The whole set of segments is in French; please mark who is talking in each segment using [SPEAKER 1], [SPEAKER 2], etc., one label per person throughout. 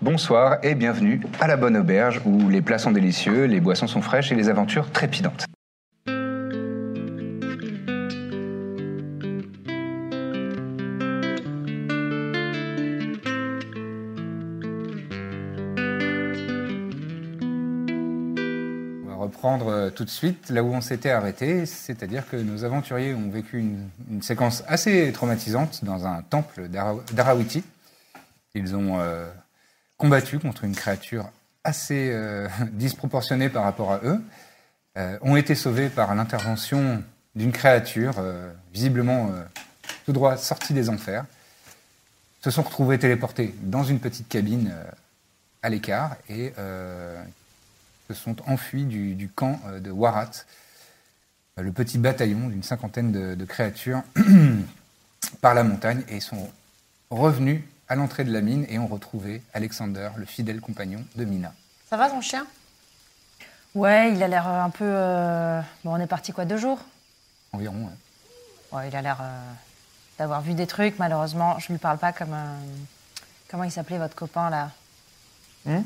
[SPEAKER 1] Bonsoir et bienvenue à la Bonne Auberge où les plats sont délicieux, les boissons sont fraîches et les aventures trépidantes. On va reprendre euh, tout de suite là où on s'était arrêté, c'est-à-dire que nos aventuriers ont vécu une, une séquence assez traumatisante dans un temple d'Ara- d'Arawiti. Ils ont euh, combattu contre une créature assez euh, disproportionnée par rapport à eux, euh, ont été sauvés par l'intervention d'une créature euh, visiblement euh, tout droit sortie des enfers, se sont retrouvés téléportés dans une petite cabine euh, à l'écart et euh, se sont enfuis du, du camp euh, de Warat, euh, le petit bataillon d'une cinquantaine de, de créatures par la montagne et sont revenus à l'entrée de la mine et ont retrouvé Alexander, le fidèle compagnon de Mina.
[SPEAKER 2] Ça va ton chien
[SPEAKER 3] Ouais, il a l'air euh, un peu. euh, Bon, on est parti quoi, deux jours
[SPEAKER 1] Environ. euh, ouais.
[SPEAKER 3] Ouais, il a l'air euh, d'avoir vu des trucs, malheureusement. Je lui parle pas comme. euh, Comment il s'appelait votre copain là Votre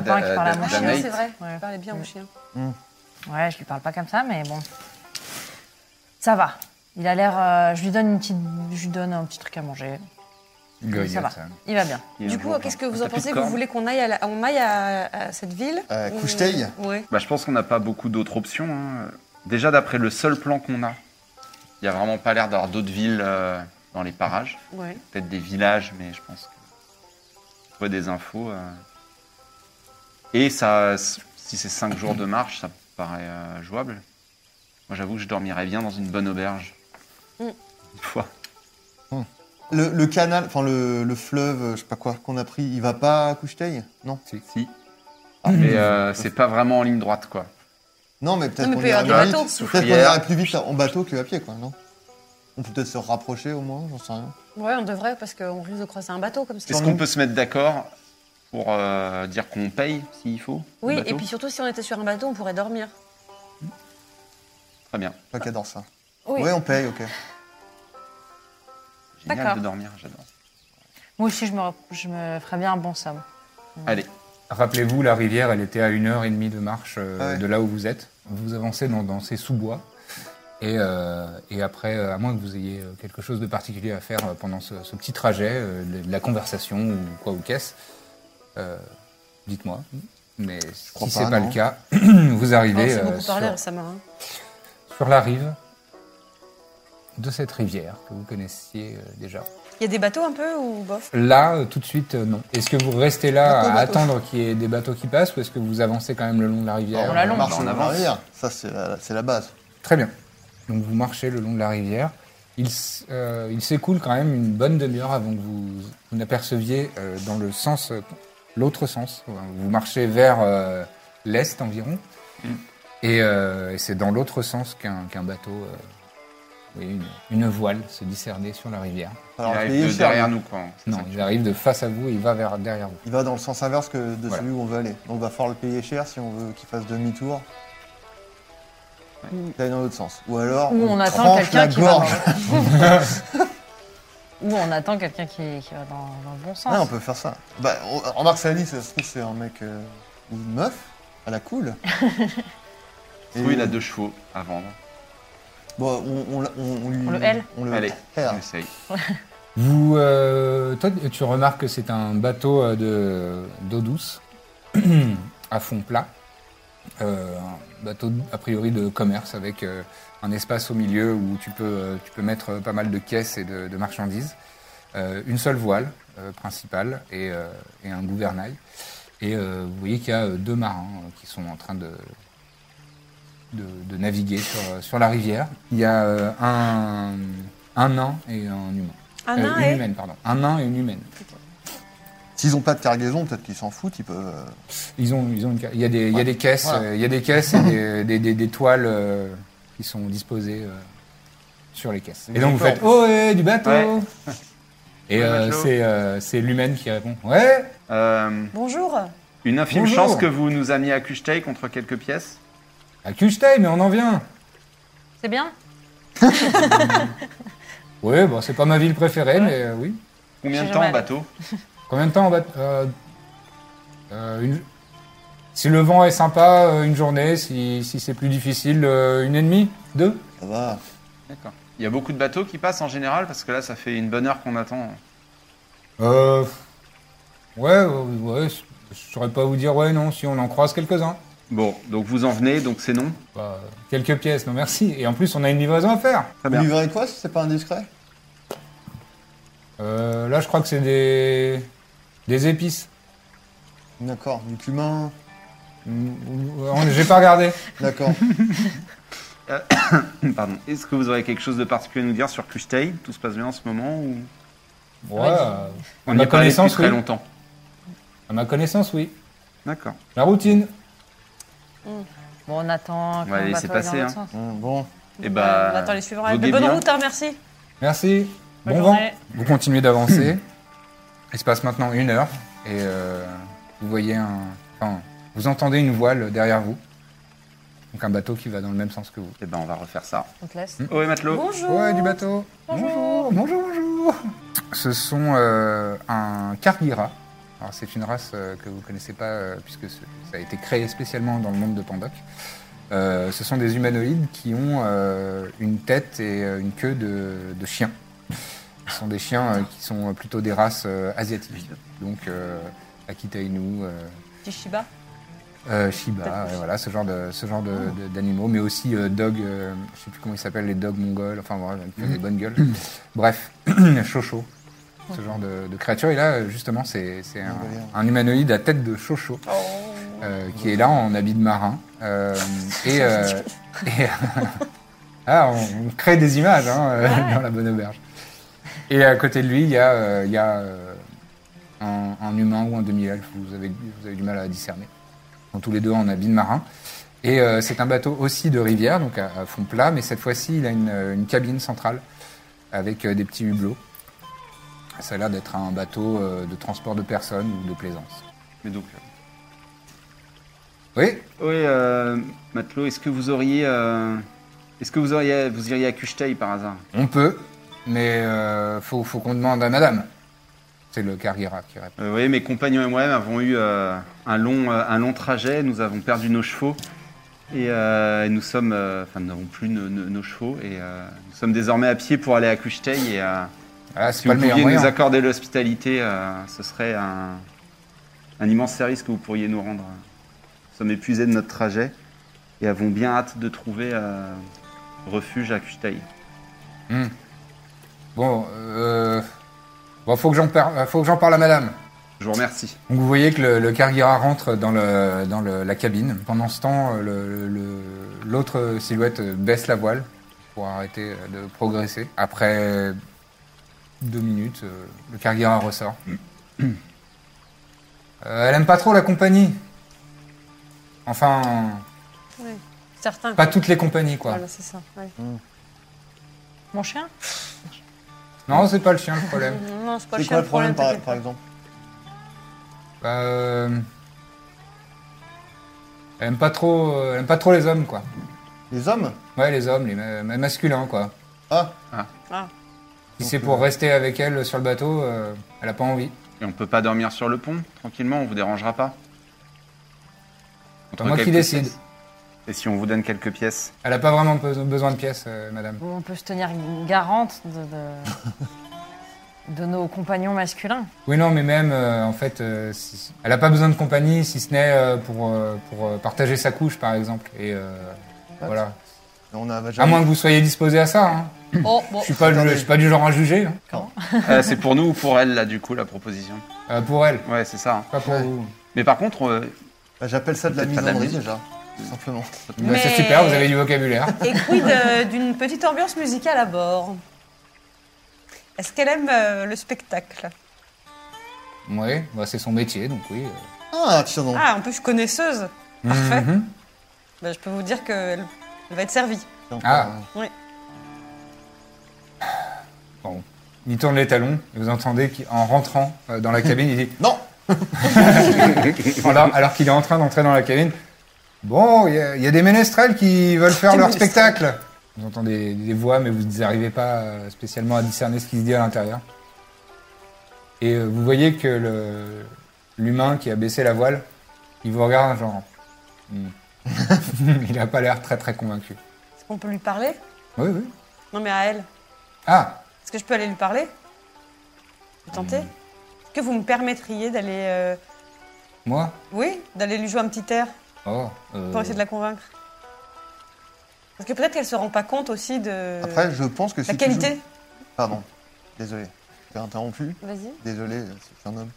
[SPEAKER 3] copain
[SPEAKER 4] da-
[SPEAKER 3] qui parle à
[SPEAKER 4] da-
[SPEAKER 3] mon
[SPEAKER 4] da-
[SPEAKER 3] chien.
[SPEAKER 4] Nate.
[SPEAKER 2] c'est vrai.
[SPEAKER 3] Ouais.
[SPEAKER 2] Tu parlais bien au chien.
[SPEAKER 3] Ouais, je lui parle pas comme ça, mais bon. Ça va. Il a l'air. euh, je lui donne une petite. Je lui donne un petit truc à manger.
[SPEAKER 1] Il
[SPEAKER 3] Ça
[SPEAKER 1] grignote,
[SPEAKER 3] va.
[SPEAKER 1] hein.
[SPEAKER 3] Il va bien.
[SPEAKER 4] Il y a
[SPEAKER 2] Du
[SPEAKER 4] un
[SPEAKER 2] coup,
[SPEAKER 4] jour,
[SPEAKER 2] qu'est-ce
[SPEAKER 4] hein.
[SPEAKER 2] que vous
[SPEAKER 4] T'as
[SPEAKER 2] en
[SPEAKER 4] plus de
[SPEAKER 2] pensez
[SPEAKER 4] corps
[SPEAKER 2] Vous voulez qu'on aille, à, la- on aille à, à cette ville
[SPEAKER 4] Euh,
[SPEAKER 2] Ou-
[SPEAKER 4] Coucheteil
[SPEAKER 2] Ouais.
[SPEAKER 4] Bah, je pense qu'on n'a pas beaucoup d'autres options. hein. Déjà, d'après le seul plan qu'on a, il n'y a vraiment pas l'air d'avoir d'autres villes euh, dans les parages.
[SPEAKER 2] Ouais.
[SPEAKER 4] Peut-être des villages, mais je pense que. Trouver des infos. euh. Et ça, si c'est 5 jours de marche, ça paraît euh, jouable. Moi, j'avoue que je dormirais bien dans une bonne auberge.
[SPEAKER 2] Mm.
[SPEAKER 4] Une fois.
[SPEAKER 5] Le, le canal, enfin le, le fleuve, euh, je sais pas quoi qu'on a pris, il va pas à Coucheteil Non.
[SPEAKER 4] Si. mais euh, c'est pas vraiment en ligne droite, quoi.
[SPEAKER 5] Non, mais
[SPEAKER 2] Non,
[SPEAKER 5] peut-être
[SPEAKER 2] mais
[SPEAKER 5] qu'on
[SPEAKER 2] peut y avoir
[SPEAKER 5] ira,
[SPEAKER 2] des
[SPEAKER 5] plus
[SPEAKER 2] bateaux.
[SPEAKER 5] vite. Peut-être qu'on
[SPEAKER 4] Souffrière.
[SPEAKER 5] ira plus vite en bateau que à pied, quoi, non On peut peut-être se rapprocher au moins, j'en sais rien.
[SPEAKER 2] Ouais, on devrait parce qu'on risque de croiser un bateau comme ça.
[SPEAKER 4] Est-ce qu'on peut se mettre d'accord pour euh, dire qu'on paye s'il faut le
[SPEAKER 2] Oui, et
[SPEAKER 4] bateau
[SPEAKER 2] puis surtout si on était sur un bateau, on pourrait dormir.
[SPEAKER 4] Très bien.
[SPEAKER 5] Pas qu'adore ça.
[SPEAKER 2] Oui.
[SPEAKER 5] Ouais, on paye, ok.
[SPEAKER 4] Génial
[SPEAKER 2] D'accord.
[SPEAKER 4] de dormir, j'adore.
[SPEAKER 3] Moi aussi, je me, je me ferais bien un bon somme.
[SPEAKER 4] Allez,
[SPEAKER 1] Rappelez-vous, la rivière, elle était à une heure et demie de marche euh,
[SPEAKER 5] Ah ouais.
[SPEAKER 1] de là où vous êtes. Vous avancez dans, dans ces sous-bois. Et, euh, et après, euh, à moins que vous ayez euh, quelque chose de particulier à faire euh, pendant ce, ce petit trajet, euh, de- de la conversation ou quoi ou qu'est-ce, euh, dites-moi. Mais
[SPEAKER 5] crois
[SPEAKER 1] si c'est
[SPEAKER 5] pas,
[SPEAKER 1] pas
[SPEAKER 5] non.
[SPEAKER 1] le cas, vous
[SPEAKER 2] Ah,
[SPEAKER 1] arrivez
[SPEAKER 2] c'est
[SPEAKER 1] euh,
[SPEAKER 2] beaucoup parlé
[SPEAKER 1] sur-
[SPEAKER 2] récemment. hein.
[SPEAKER 1] sur la rive de cette rivière que vous connaissiez euh, déjà.
[SPEAKER 2] Il y a des bateaux un peu ou bof
[SPEAKER 1] Là, euh, tout de suite, euh, non. Est-ce que vous restez là
[SPEAKER 5] Bateau,
[SPEAKER 1] à
[SPEAKER 5] bateau.
[SPEAKER 1] attendre qu'il y ait des bateaux qui passent ou est-ce que vous avancez quand même le long de la rivière
[SPEAKER 3] On la longe. hein.
[SPEAKER 5] marche
[SPEAKER 4] On
[SPEAKER 5] en
[SPEAKER 4] avance.
[SPEAKER 5] arrière. hein. Ça, c'est la, c'est la base.
[SPEAKER 1] Très bien. Donc vous marchez le long de la rivière. Il, s- euh, il s'écoule quand même une bonne demi-heure avant que vous, vous n'aperceviez euh, dans le sens, euh, l'autre sens. Vous marchez vers euh, l'est environ. Et, euh, et c'est dans l'autre sens qu'un qu'un bateau, euh, oui, une, une voile se discernait sur la rivière.
[SPEAKER 5] Alors,
[SPEAKER 4] il arrive
[SPEAKER 5] payer
[SPEAKER 4] de
[SPEAKER 5] cher, hein.
[SPEAKER 4] derrière
[SPEAKER 5] mais
[SPEAKER 4] nous, quoi. C'est
[SPEAKER 1] Non,
[SPEAKER 4] ça.
[SPEAKER 1] il arrive de face à vous et il va vers derrière vous.
[SPEAKER 5] Il va dans le sens inverse que de
[SPEAKER 1] Voilà.
[SPEAKER 5] celui où on veut aller. Donc, il va falloir le payer cher si on veut qu'il fasse demi-tour. Il D'aller dans l'autre sens. Ou alors,
[SPEAKER 3] Ou on, attend
[SPEAKER 5] tranche la
[SPEAKER 3] quelqu'un qui va.
[SPEAKER 5] gorge.
[SPEAKER 3] dans- Ou on attend quelqu'un qui, qui va dans, dans le bon sens.
[SPEAKER 5] Ouais, Ah, on peut faire ça. Bah, on- remarque Sally, ça se trouve, c'est un mec euh, ou une meuf à la cool.
[SPEAKER 4] Oui, il a deux chevaux à vendre.
[SPEAKER 5] Bon, on, on, on, lui-
[SPEAKER 3] On le L
[SPEAKER 5] on le
[SPEAKER 4] Allez,
[SPEAKER 5] R.
[SPEAKER 4] on essaye.
[SPEAKER 1] Vous, euh, toi, tu remarques que c'est un bateau euh, de d'eau douce à fond plat, Euh, un bateau a priori de commerce avec euh, un espace au milieu où tu peux euh, tu peux mettre pas mal de caisses et de, de marchandises, Euh, une seule voile euh, principale et, euh, et un gouvernail. Et euh, vous voyez qu'il y a euh, deux marins euh, qui sont en train de de, de euh, naviguer sur, sur la rivière. Il y a euh, un un nain et un humain.
[SPEAKER 2] Un
[SPEAKER 1] Euh,
[SPEAKER 2] nain
[SPEAKER 1] une
[SPEAKER 2] et-
[SPEAKER 1] humaine, pardon. Un nain et une humaine.
[SPEAKER 5] S'ils ont pas de cargaison, peut-être qu'ils s'en foutent, ils peuvent. euh,
[SPEAKER 1] Ils ont, ils ont une ca- il, y a des, il y a des caisses,
[SPEAKER 5] Voilà.
[SPEAKER 1] euh, il y a des caisses et des, des- des- des toiles euh, qui sont disposées euh, sur les caisses. Et donc vous
[SPEAKER 5] D'accord.
[SPEAKER 1] faites Oh, eh, du bateau
[SPEAKER 4] Ouais.
[SPEAKER 1] Et
[SPEAKER 4] Ouais,
[SPEAKER 1] euh,
[SPEAKER 4] matelot.
[SPEAKER 1] c'est euh, c'est l'humaine qui répond Ouais
[SPEAKER 4] Euh,
[SPEAKER 2] Bonjour.
[SPEAKER 4] une infime
[SPEAKER 1] Bonjour.
[SPEAKER 4] chance que vous nous amiez à Kuchtei contre quelques pièces.
[SPEAKER 1] À Kuchtei, mais on en vient
[SPEAKER 3] C'est bien
[SPEAKER 1] Oui, bon, bah, c'est pas ma ville préférée, mais euh, oui.
[SPEAKER 4] Combien de
[SPEAKER 3] J'ai
[SPEAKER 4] temps en
[SPEAKER 3] jamais
[SPEAKER 4] bateau
[SPEAKER 1] Combien de temps on va. euh, euh, une- Si le vent est sympa, euh, une journée. Si, si c'est plus difficile, euh, une et demie Deux
[SPEAKER 5] Ça va.
[SPEAKER 4] D'accord. Il y a beaucoup de bateaux qui passent en général parce que là, ça fait une bonne heure qu'on attend.
[SPEAKER 1] Euh. Ouais, euh, ouais, je- je saurais pas vous dire ouais, non, si on en croise quelques-uns.
[SPEAKER 4] Bon, donc vous en venez, donc c'est non.
[SPEAKER 1] Bah, euh, quelques pièces, non merci. Et en plus, on a une livraison à faire.
[SPEAKER 4] Très
[SPEAKER 5] Vous
[SPEAKER 4] bien.
[SPEAKER 5] livrez quoi si c'est pas indiscret
[SPEAKER 1] Euh, là, je crois que c'est des. des épices.
[SPEAKER 5] D'accord, du cumin.
[SPEAKER 1] Mm, on- J'ai pas regardé.
[SPEAKER 5] D'accord.
[SPEAKER 4] Pardon. Est-ce que vous aurez quelque chose de particulier à nous dire sur Kuchtei Tout se passe bien en ce moment ou
[SPEAKER 1] Ouais, euh,
[SPEAKER 4] on n'y
[SPEAKER 1] Ma
[SPEAKER 4] est pas allé depuis
[SPEAKER 1] connaissance,
[SPEAKER 4] très
[SPEAKER 1] oui.
[SPEAKER 4] longtemps
[SPEAKER 1] à ma connaissance, oui.
[SPEAKER 4] D'accord.
[SPEAKER 1] La routine.
[SPEAKER 3] Bon, on attend. que
[SPEAKER 4] Ouais,
[SPEAKER 3] le
[SPEAKER 4] laissez
[SPEAKER 3] bateau aille dans
[SPEAKER 4] passer,
[SPEAKER 3] l'autre
[SPEAKER 4] hein.
[SPEAKER 3] sens.
[SPEAKER 5] Hum, bon.
[SPEAKER 4] Et
[SPEAKER 2] Euh, on
[SPEAKER 4] bah,
[SPEAKER 2] attend les suivants.
[SPEAKER 4] vous
[SPEAKER 2] De bonne
[SPEAKER 4] bien.
[SPEAKER 2] route, hein, merci.
[SPEAKER 1] Merci.
[SPEAKER 3] Bonne
[SPEAKER 1] bon vent.
[SPEAKER 3] journée.
[SPEAKER 1] Vous continuez d'avancer. Il se passe maintenant une heure et euh, vous voyez un. Enfin, vous entendez une voile derrière vous. Donc un bateau qui va dans le même sens que vous.
[SPEAKER 4] et ben on va refaire ça.
[SPEAKER 3] On te laisse.
[SPEAKER 4] Oh, et matelot.
[SPEAKER 2] Bonjour.
[SPEAKER 1] Ouais, du bateau. Bonjour, bonjour, bonjour. Ce sont euh, un carguira. Alors c'est une race euh, que vous connaissez pas euh, puisque ce- ça a été créé spécialement dans le monde de Pandoc. Euh, ce sont des humanoïdes qui ont euh, une tête et euh, une queue de, de chien. Ce sont des chiens euh, qui sont plutôt des races euh, asiatiques. Donc euh, Akita Inu, euh,
[SPEAKER 2] Petit Shiba.
[SPEAKER 1] euh, Shiba, euh, voilà, ce genre de ce genre de- de- d'animaux, mais aussi euh, dog, euh, je sais plus comment ils s'appellent, les dogs mongols, enfin voilà, qui ont des bonnes gueules. Bref, chocho, ce genre de, de créature. Et là, euh, justement, c'est c'est un, un humanoïde à tête de chocho euh, qui est là en habit de marin euh, et, euh, et- ah, on, on crée des images hein, euh, dans la bonne auberge. Et à côté de lui, il y a, euh, il y a euh, un, un humain ou un demi-elfe. Vous avez vous avez du mal à discerner sont tous les deux en habit de marin. Et euh, c'est un bateau aussi de rivière, donc à, à fond plat, mais cette fois-ci, il a une, euh, une cabine centrale avec euh, des petits hublots. Ça a l'air d'être un bateau euh, de transport de personnes ou de plaisance.
[SPEAKER 4] Mais donc,
[SPEAKER 1] Oui,
[SPEAKER 4] Oui, euh, matelot, est-ce que vous auriez, euh, est-ce que vous auriez, vous iriez à Kuchtei par hasard
[SPEAKER 1] on peut, mais euh, faut, faut qu'on demande à madame. C'est le Carguera qui répond.
[SPEAKER 4] Euh, Oui, mes compagnons et moi-même avons eu euh, un long, euh, un long trajet. Nous avons perdu nos chevaux et, euh, et nous sommes, euh, enfin, nous n'avons plus nos, nos- nos chevaux et euh, nous sommes désormais à pied pour aller à Kuchtei. Et euh,
[SPEAKER 1] Ah, c'est
[SPEAKER 4] si
[SPEAKER 1] pas le
[SPEAKER 4] vous
[SPEAKER 1] meilleur
[SPEAKER 4] pouviez nous
[SPEAKER 1] moyen.
[SPEAKER 4] accorder l'hospitalité, euh, ce serait un, un immense service que vous pourriez nous rendre. Nous sommes épuisés de notre trajet et avons bien hâte de trouver euh, refuge à Kuchtei.
[SPEAKER 1] Bon, euh, bon, faut que j'en par- euh, faut que j'en parle à madame.
[SPEAKER 4] Je vous remercie.
[SPEAKER 1] Donc vous voyez que le, le Carguera rentre dans, le, dans le- la cabine. Pendant ce temps, le- le- l'autre silhouette baisse la voile pour arrêter de progresser. Après deux minutes, euh, le Carguera ressort. Euh, elle aime pas trop la compagnie. Enfin,
[SPEAKER 2] Oui. Certains.
[SPEAKER 1] pas toutes les compagnies, quoi.
[SPEAKER 2] Voilà, c'est ça. ouais.
[SPEAKER 3] Mon chien
[SPEAKER 1] Non, c'est pas le chien le problème.
[SPEAKER 2] Non, c'est pas
[SPEAKER 5] C'est
[SPEAKER 2] le
[SPEAKER 5] quoi
[SPEAKER 2] chien
[SPEAKER 5] le problème, par,
[SPEAKER 2] t'inquiète.
[SPEAKER 5] par exemple
[SPEAKER 1] Euh, elle aime pas trop, elle aime pas trop les hommes, quoi.
[SPEAKER 5] Les hommes
[SPEAKER 1] Ouais, les hommes, les ma- masculins, quoi.
[SPEAKER 5] Ah,
[SPEAKER 2] Ah.
[SPEAKER 1] Si
[SPEAKER 5] Donc, euh,
[SPEAKER 1] c'est pour rester avec elle sur le bateau, euh, elle a pas envie.
[SPEAKER 4] Et on peut pas dormir sur le pont, tranquillement, on vous dérangera pas. Entre
[SPEAKER 1] moi qui
[SPEAKER 4] quelques
[SPEAKER 1] décide.
[SPEAKER 4] pièces. Et si on vous donne quelques pièces
[SPEAKER 1] Elle a pas vraiment be- besoin de pièces, euh, madame.
[SPEAKER 3] Ou On peut se tenir garante de, de- de nos compagnons masculins.
[SPEAKER 1] Oui, non, mais même, euh, en fait, euh, si- elle a pas besoin de compagnie, si ce n'est euh, pour, euh, pour euh, partager sa couche, par exemple. Et euh, voilà.
[SPEAKER 5] on a bah,
[SPEAKER 1] À
[SPEAKER 5] jamais-
[SPEAKER 1] moins que vous soyez disposé à ça. hein.
[SPEAKER 2] Oh, bon.
[SPEAKER 1] Je suis pas, le-
[SPEAKER 5] attendez.
[SPEAKER 1] je suis pas du genre à juger. hein.
[SPEAKER 4] Euh, C'est pour nous ou pour elle, là, du coup, la proposition
[SPEAKER 1] Euh, pour elle,
[SPEAKER 4] Ouais, c'est ça. hein.
[SPEAKER 1] pas pour
[SPEAKER 5] Ouais.
[SPEAKER 1] vous.
[SPEAKER 4] Mais par contre, euh,
[SPEAKER 5] Bah, J'appelle ça de la
[SPEAKER 4] Peut-être pas de la
[SPEAKER 5] misandrie
[SPEAKER 4] musique.
[SPEAKER 5] déjà, tout simplement.
[SPEAKER 1] Bah, c'est
[SPEAKER 2] Mais-
[SPEAKER 1] super, vous avez du vocabulaire.
[SPEAKER 2] Et quid euh, d'une petite ambiance musicale à bord
[SPEAKER 6] Est-ce qu'elle aime euh, le spectacle
[SPEAKER 1] Ouais, bah, c'est son métier, donc oui. euh.
[SPEAKER 5] Ah, tiens donc.
[SPEAKER 6] Ah, en plus, je suis connaisseuse. Parfait.
[SPEAKER 1] Mhm.
[SPEAKER 6] Bah, je peux vous dire qu'elle elle va être servie.
[SPEAKER 5] Tiens,
[SPEAKER 1] Ah.
[SPEAKER 5] euh,
[SPEAKER 1] Bon. Il tourne les talons et vous entendez qu'en rentrant euh, dans la cabine, il dit
[SPEAKER 5] Non
[SPEAKER 1] alors, alors qu'il est en train d'entrer dans la cabine. Bon, il y, a- il y a des ménestrels qui veulent faire
[SPEAKER 6] Des
[SPEAKER 1] leur
[SPEAKER 6] ménestrels.
[SPEAKER 1] spectacle. Vous entendez des voix, mais vous n'arrivez pas euh, spécialement à discerner ce qui se dit à l'intérieur. Et euh, vous voyez que le- l'humain qui a baissé la voile, il vous regarde genre. Hmm. il n'a pas l'air très très convaincu.
[SPEAKER 6] Est-ce qu'on peut lui parler
[SPEAKER 1] Oui, oui.
[SPEAKER 6] Non, mais à elle.
[SPEAKER 1] Ah,
[SPEAKER 6] Est-ce que je peux aller lui parler Vous tentez Est-ce que vous me permettriez d'aller. euh,
[SPEAKER 1] moi
[SPEAKER 6] Oui, d'aller lui jouer un petit air
[SPEAKER 1] Oh. euh,
[SPEAKER 6] pour essayer de la convaincre Parce que peut-être qu'elle se rend pas compte aussi de.
[SPEAKER 5] Après, je pense que si
[SPEAKER 6] la
[SPEAKER 5] tu
[SPEAKER 6] qualité
[SPEAKER 5] joues- Pardon. Désolé. J'ai interrompu.
[SPEAKER 2] Vas-y.
[SPEAKER 5] Désolé, c'est un homme.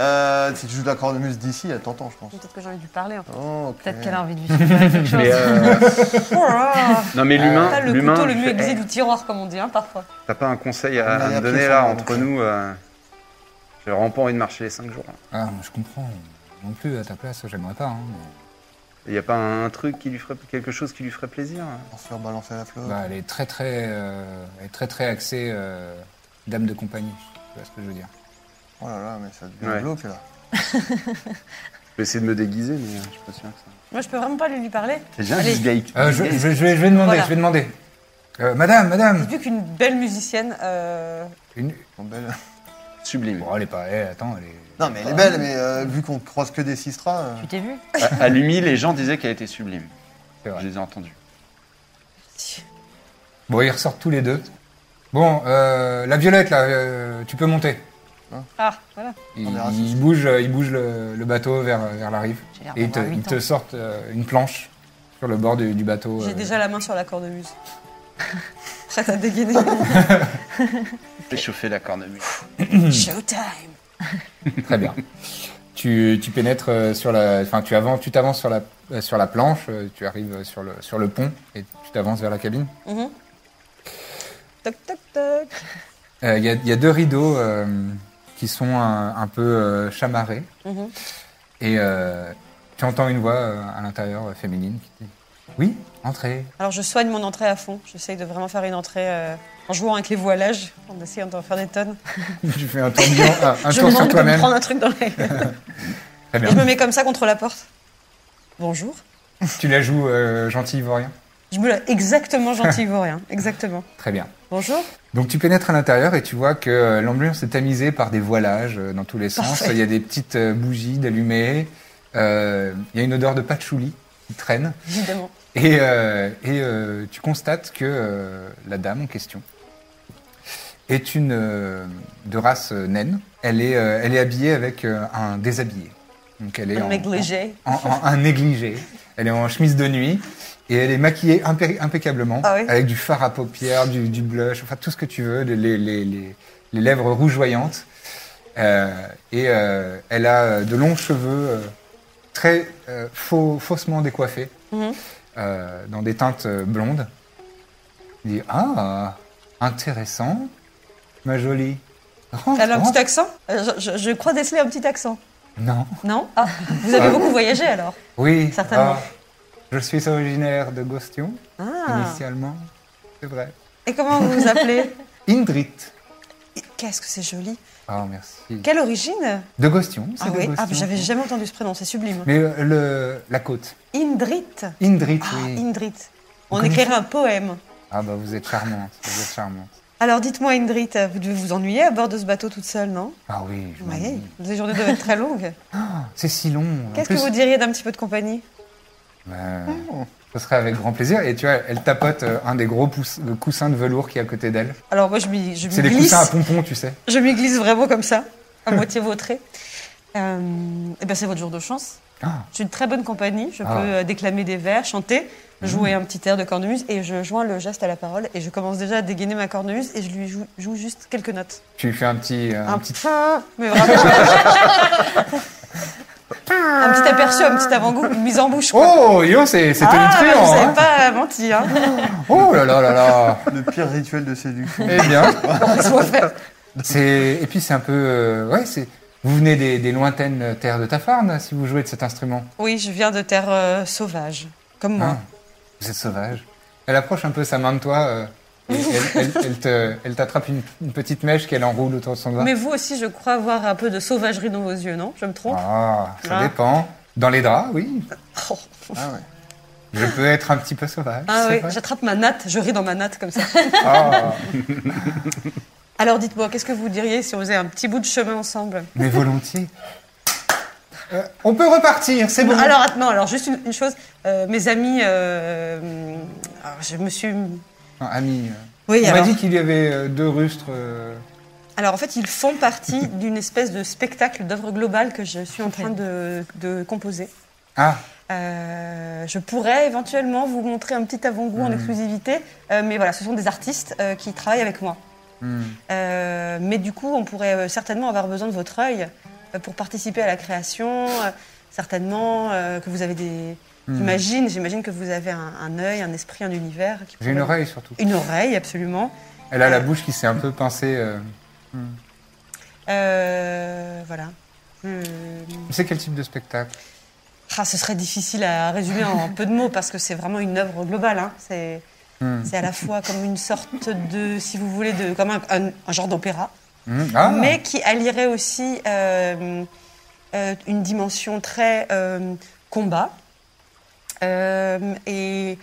[SPEAKER 5] Euh, si tu joues de la cornemuse d'ici, elle t'entend, je pense.
[SPEAKER 2] Peut-être que j'ai envie de lui parler. hein. En fait.
[SPEAKER 5] Oh, ok.
[SPEAKER 3] Peut-être qu'elle a envie de lui faire quelque chose.
[SPEAKER 4] Mais, euh,
[SPEAKER 6] Oh là là
[SPEAKER 4] non, mais
[SPEAKER 6] T'as
[SPEAKER 4] l'humain,
[SPEAKER 6] le
[SPEAKER 4] l'humain,
[SPEAKER 6] couteau le
[SPEAKER 4] je
[SPEAKER 6] mieux
[SPEAKER 4] fais,
[SPEAKER 6] aiguisé
[SPEAKER 4] hey,
[SPEAKER 6] du tiroir, comme on dit, hein, parfois.
[SPEAKER 4] t'as pas un conseil
[SPEAKER 6] Ah,
[SPEAKER 5] On a
[SPEAKER 4] à, à me
[SPEAKER 5] appris
[SPEAKER 4] donner
[SPEAKER 5] ça,
[SPEAKER 4] là
[SPEAKER 5] on a
[SPEAKER 4] entre
[SPEAKER 5] appris.
[SPEAKER 4] nous euh, J'ai vraiment pas envie de marcher les 5 jours.
[SPEAKER 1] Ah, moi, je comprends. Non plus, à ta place, j'aimerais pas. hein, mais-
[SPEAKER 4] Il y a pas un truc qui lui ferait quelque chose qui lui ferait plaisir hein.
[SPEAKER 5] On se fait balancer la fleur.
[SPEAKER 1] Bah, elle est très très, euh, elle est très très axée euh, dame de compagnie. Tu vois ce que je veux dire
[SPEAKER 5] Oh là là, mais ça devient
[SPEAKER 4] Ouais.
[SPEAKER 5] glauque là.
[SPEAKER 4] Je vais essayer de me déguiser, mais euh, je suis pas sûr que ça.
[SPEAKER 6] Moi, je peux vraiment pas aller lui parler.
[SPEAKER 4] C'est déjà
[SPEAKER 6] Allez.
[SPEAKER 1] Euh, je, je- je vais, je vais demander.
[SPEAKER 6] Voilà.
[SPEAKER 1] Je vais demander. Euh, madame, madame.
[SPEAKER 6] Vu qu'une belle musicienne. euh,
[SPEAKER 1] Une-
[SPEAKER 5] Bon, belle.
[SPEAKER 4] sublime.
[SPEAKER 1] Bon, elle est pas. Elle, attends, elle est.
[SPEAKER 5] Non, mais elle est belle, mais euh, vu qu'on croise que des sistras. euh,
[SPEAKER 3] Tu t'es vu
[SPEAKER 4] À, à l'UMI, les gens disaient qu'elle était sublime.
[SPEAKER 1] C'est vrai.
[SPEAKER 4] Je les ai entendus.
[SPEAKER 1] Bon, ils ressortent tous les deux. Bon, euh, la violette là, euh, tu peux monter.
[SPEAKER 6] Ah, voilà.
[SPEAKER 1] Ils,
[SPEAKER 5] Hein On verra si
[SPEAKER 1] ils bougent, euh, ils bougent le, le bateau vers, vers la rive
[SPEAKER 6] Ah,
[SPEAKER 3] J'ai l'air
[SPEAKER 1] et ils te,
[SPEAKER 3] d'avoir
[SPEAKER 1] ils
[SPEAKER 3] huit
[SPEAKER 1] te
[SPEAKER 3] ans.
[SPEAKER 1] sortent euh, une planche sur le bord du, du bateau.
[SPEAKER 6] J'ai
[SPEAKER 1] euh,
[SPEAKER 6] déjà la main sur la cornemuse. Prête à dégainer.
[SPEAKER 4] J'ai chauffé la cornemuse.
[SPEAKER 6] Showtime
[SPEAKER 1] Très bien. tu, tu pénètres euh, sur la, enfin tu avances, tu t'avances sur la euh, sur la planche, euh, tu arrives euh, sur le sur le pont et tu t'avances vers la cabine.
[SPEAKER 6] Mhm. Toc, toc, toc.
[SPEAKER 1] Euh, Il y, a- il y a deux rideaux euh, qui sont un, un peu euh, chamarrés
[SPEAKER 6] Mhm.
[SPEAKER 1] et euh, tu entends une voix euh, à l'intérieur euh, féminine qui dit oui entrez.
[SPEAKER 6] Alors, je soigne mon entrée à fond. J'essaye de vraiment faire une entrée euh, en jouant avec les voilages, en essayant d'en faire des tonnes.
[SPEAKER 1] tu fais un tour, de bilan- un- un
[SPEAKER 6] je
[SPEAKER 1] tour sur
[SPEAKER 6] me demande de me
[SPEAKER 1] toi-même.
[SPEAKER 6] prendre un truc dans les.
[SPEAKER 1] Très
[SPEAKER 6] Et je
[SPEAKER 1] bien.
[SPEAKER 6] me mets comme ça contre la porte. Bonjour.
[SPEAKER 1] tu la joues euh, gentil ivoirien.
[SPEAKER 6] Je me la exactement gentil ivoirien. Exactement.
[SPEAKER 1] Très bien.
[SPEAKER 6] Bonjour.
[SPEAKER 1] Donc tu pénètres à l'intérieur et tu vois que euh, l'ambiance est tamisée par des voilages euh, dans tous les sens.
[SPEAKER 6] Parfait.
[SPEAKER 1] Il y a des petites euh, bougies d'allumées. Euh, il y a une odeur de patchouli qui traîne.
[SPEAKER 6] Évidemment.
[SPEAKER 1] Et, euh, et, euh, tu constates que euh, la dame en question est une euh, de race euh, naine. Elle est, euh, elle est habillée avec euh, un déshabillé. Donc elle est
[SPEAKER 6] Un
[SPEAKER 1] en-
[SPEAKER 6] négligé.
[SPEAKER 1] en- en- un négligé. Elle est en chemise de nuit et elle est maquillée impé- impeccablement
[SPEAKER 6] Ah oui
[SPEAKER 1] avec du fard à paupières, du, du blush, enfin tout ce que tu veux, les, les- les- les- les lèvres rougeoyantes. Euh, et euh, elle a euh, de longs cheveux euh, très euh, faux- faussement décoiffés,
[SPEAKER 6] Mhm.
[SPEAKER 1] euh, dans des teintes euh, blondes. Il dit Ah, intéressant, ma jolie. Rentre,
[SPEAKER 6] Elle a un
[SPEAKER 1] rentre.
[SPEAKER 6] petit accent Euh, je, je- je crois déceler un petit accent.
[SPEAKER 1] Non,
[SPEAKER 6] Non Ah, vous avez beaucoup voyagé alors
[SPEAKER 1] oui,
[SPEAKER 6] Certainement.
[SPEAKER 1] ah, je suis originaire de Gostion.
[SPEAKER 6] Ah.
[SPEAKER 1] Initialement, c'est vrai.
[SPEAKER 6] Et comment vous vous appelez
[SPEAKER 1] Indrit.
[SPEAKER 6] Qu'est-ce que c'est joli
[SPEAKER 1] Ah, merci.
[SPEAKER 6] Quelle origine
[SPEAKER 1] De Gostion, c'est
[SPEAKER 6] Ah
[SPEAKER 1] de
[SPEAKER 6] oui, ah,
[SPEAKER 1] Gostion.
[SPEAKER 6] mais j'avais jamais entendu ce prénom, c'est sublime.
[SPEAKER 1] Mais euh, le, la côte.
[SPEAKER 6] Indrit.
[SPEAKER 1] Indrit,
[SPEAKER 6] Ah,
[SPEAKER 1] oui.
[SPEAKER 6] Indrit. On
[SPEAKER 1] connaissez-
[SPEAKER 6] écrirait un poème.
[SPEAKER 1] Ah bah vous êtes charmante, vous êtes charmante.
[SPEAKER 6] Alors dites-moi, Indrit, vous devez vous ennuyer à bord de ce bateau toute seule, non
[SPEAKER 1] Ah oui, je m'en
[SPEAKER 6] Oui,
[SPEAKER 1] dis.
[SPEAKER 6] les journées doivent être très longues.
[SPEAKER 1] C'est si long. En
[SPEAKER 6] Qu'est-ce
[SPEAKER 1] plus,
[SPEAKER 6] que vous diriez d'un petit peu de compagnie
[SPEAKER 1] bah, Ce serait avec grand plaisir. Et tu vois, elle tapote euh, un des gros pouss- euh, coussins de velours qui est à côté d'elle.
[SPEAKER 6] Alors moi, je m'y je
[SPEAKER 1] C'est
[SPEAKER 6] m'y
[SPEAKER 1] des coussins à
[SPEAKER 6] glisse.
[SPEAKER 1] pompons, tu sais.
[SPEAKER 6] Je m'y glisse vraiment comme ça, à moitié vautré. Euh, eh bien, c'est votre jour de chance.
[SPEAKER 1] Ah,
[SPEAKER 6] Je suis de très bonne compagnie. Je
[SPEAKER 1] Ah. Mmh.
[SPEAKER 6] peux euh, déclamer des vers, chanter, jouer un petit air de cornemuse et je joins le geste à la parole et je commence déjà à dégainer ma cornemuse et je lui joue, joue juste quelques notes.
[SPEAKER 1] tu lui fais un petit, euh, un
[SPEAKER 6] Un
[SPEAKER 1] petit
[SPEAKER 6] petit. Mais vraiment. Un petit aperçu, un petit avant-goût, une mise en bouche. Quoi.
[SPEAKER 1] Oh, Yo, c'est c'était
[SPEAKER 6] ah,
[SPEAKER 1] nutriant.
[SPEAKER 6] bah, vous
[SPEAKER 1] hein.
[SPEAKER 6] avez pas menti, hein.
[SPEAKER 1] Oh là là là là.
[SPEAKER 5] Le pire rituel de séduction.
[SPEAKER 1] Eh bien,
[SPEAKER 6] Je vois faire.
[SPEAKER 1] c'est et puis c'est un peu euh, ouais, c'est vous venez des, des lointaines terres de Tafarn si vous jouez de cet instrument.
[SPEAKER 6] Oui, je viens de terre euh, sauvage, comme moi.
[SPEAKER 1] Ah, vous êtes sauvage. Elle approche un peu sa main de toi. euh, et elle elle- elle te- elle t'attrape une, une petite mèche qu'elle enroule autour de son doigt.
[SPEAKER 6] Mais vous aussi, je crois avoir un peu de sauvagerie dans vos yeux, non Je me trompe
[SPEAKER 1] Ah, ça
[SPEAKER 6] Ah.
[SPEAKER 1] dépend. Dans les draps, oui.
[SPEAKER 6] Oh.
[SPEAKER 5] Ah ouais.
[SPEAKER 1] Je peux être un petit peu sauvage.
[SPEAKER 6] Ah
[SPEAKER 1] c'est
[SPEAKER 6] oui,
[SPEAKER 1] vrai.
[SPEAKER 6] j'attrape ma natte, je ris dans ma natte comme ça.
[SPEAKER 1] Ah,
[SPEAKER 6] Alors dites-moi, qu'est-ce que vous diriez si on faisait un petit bout de chemin ensemble
[SPEAKER 1] mais volontiers. Euh, on peut repartir, c'est bon.
[SPEAKER 6] Alors att- non, alors juste une, une chose, euh, mes amis, euh, hum, alors, je me suis...
[SPEAKER 1] Non, ami, euh,
[SPEAKER 6] Oui,
[SPEAKER 1] on m'a
[SPEAKER 6] alors.
[SPEAKER 1] dit qu'il y avait euh, deux rustres. euh,
[SPEAKER 6] Alors en fait, ils font partie d'une espèce de spectacle d'œuvre globale que je suis en train de, de composer.
[SPEAKER 1] Ah,
[SPEAKER 6] Euh, je pourrais éventuellement vous montrer un petit avant-goût
[SPEAKER 1] Hmm.
[SPEAKER 6] en exclusivité, euh, mais voilà, ce sont des artistes euh, qui travaillent avec moi.
[SPEAKER 1] hmm.
[SPEAKER 6] Euh, mais du coup, on pourrait euh, certainement avoir besoin de votre œil euh, pour participer à la création. euh, certainement euh, que vous avez des.
[SPEAKER 1] Hmm.
[SPEAKER 6] J'imagine, j'imagine que vous avez un, un œil, un esprit, un univers. qui
[SPEAKER 1] j'ai une
[SPEAKER 6] pourrait-
[SPEAKER 1] oreille surtout.
[SPEAKER 6] Une oreille, absolument.
[SPEAKER 1] Elle a la bouche qui s'est un peu pincée. euh.
[SPEAKER 6] Euh, voilà. Euh,
[SPEAKER 1] C'est quel type de spectacle
[SPEAKER 6] ah, ce serait difficile à résumer en peu de mots parce que c'est vraiment une œuvre globale. hein. C'est
[SPEAKER 1] Hmm.
[SPEAKER 6] c'est à la fois comme une sorte de, si vous voulez, de, comme un, un- un genre d'opéra.
[SPEAKER 1] Hmm, Ah,
[SPEAKER 6] mais qui allierait aussi euh, euh, une dimension très euh, combat Euh, et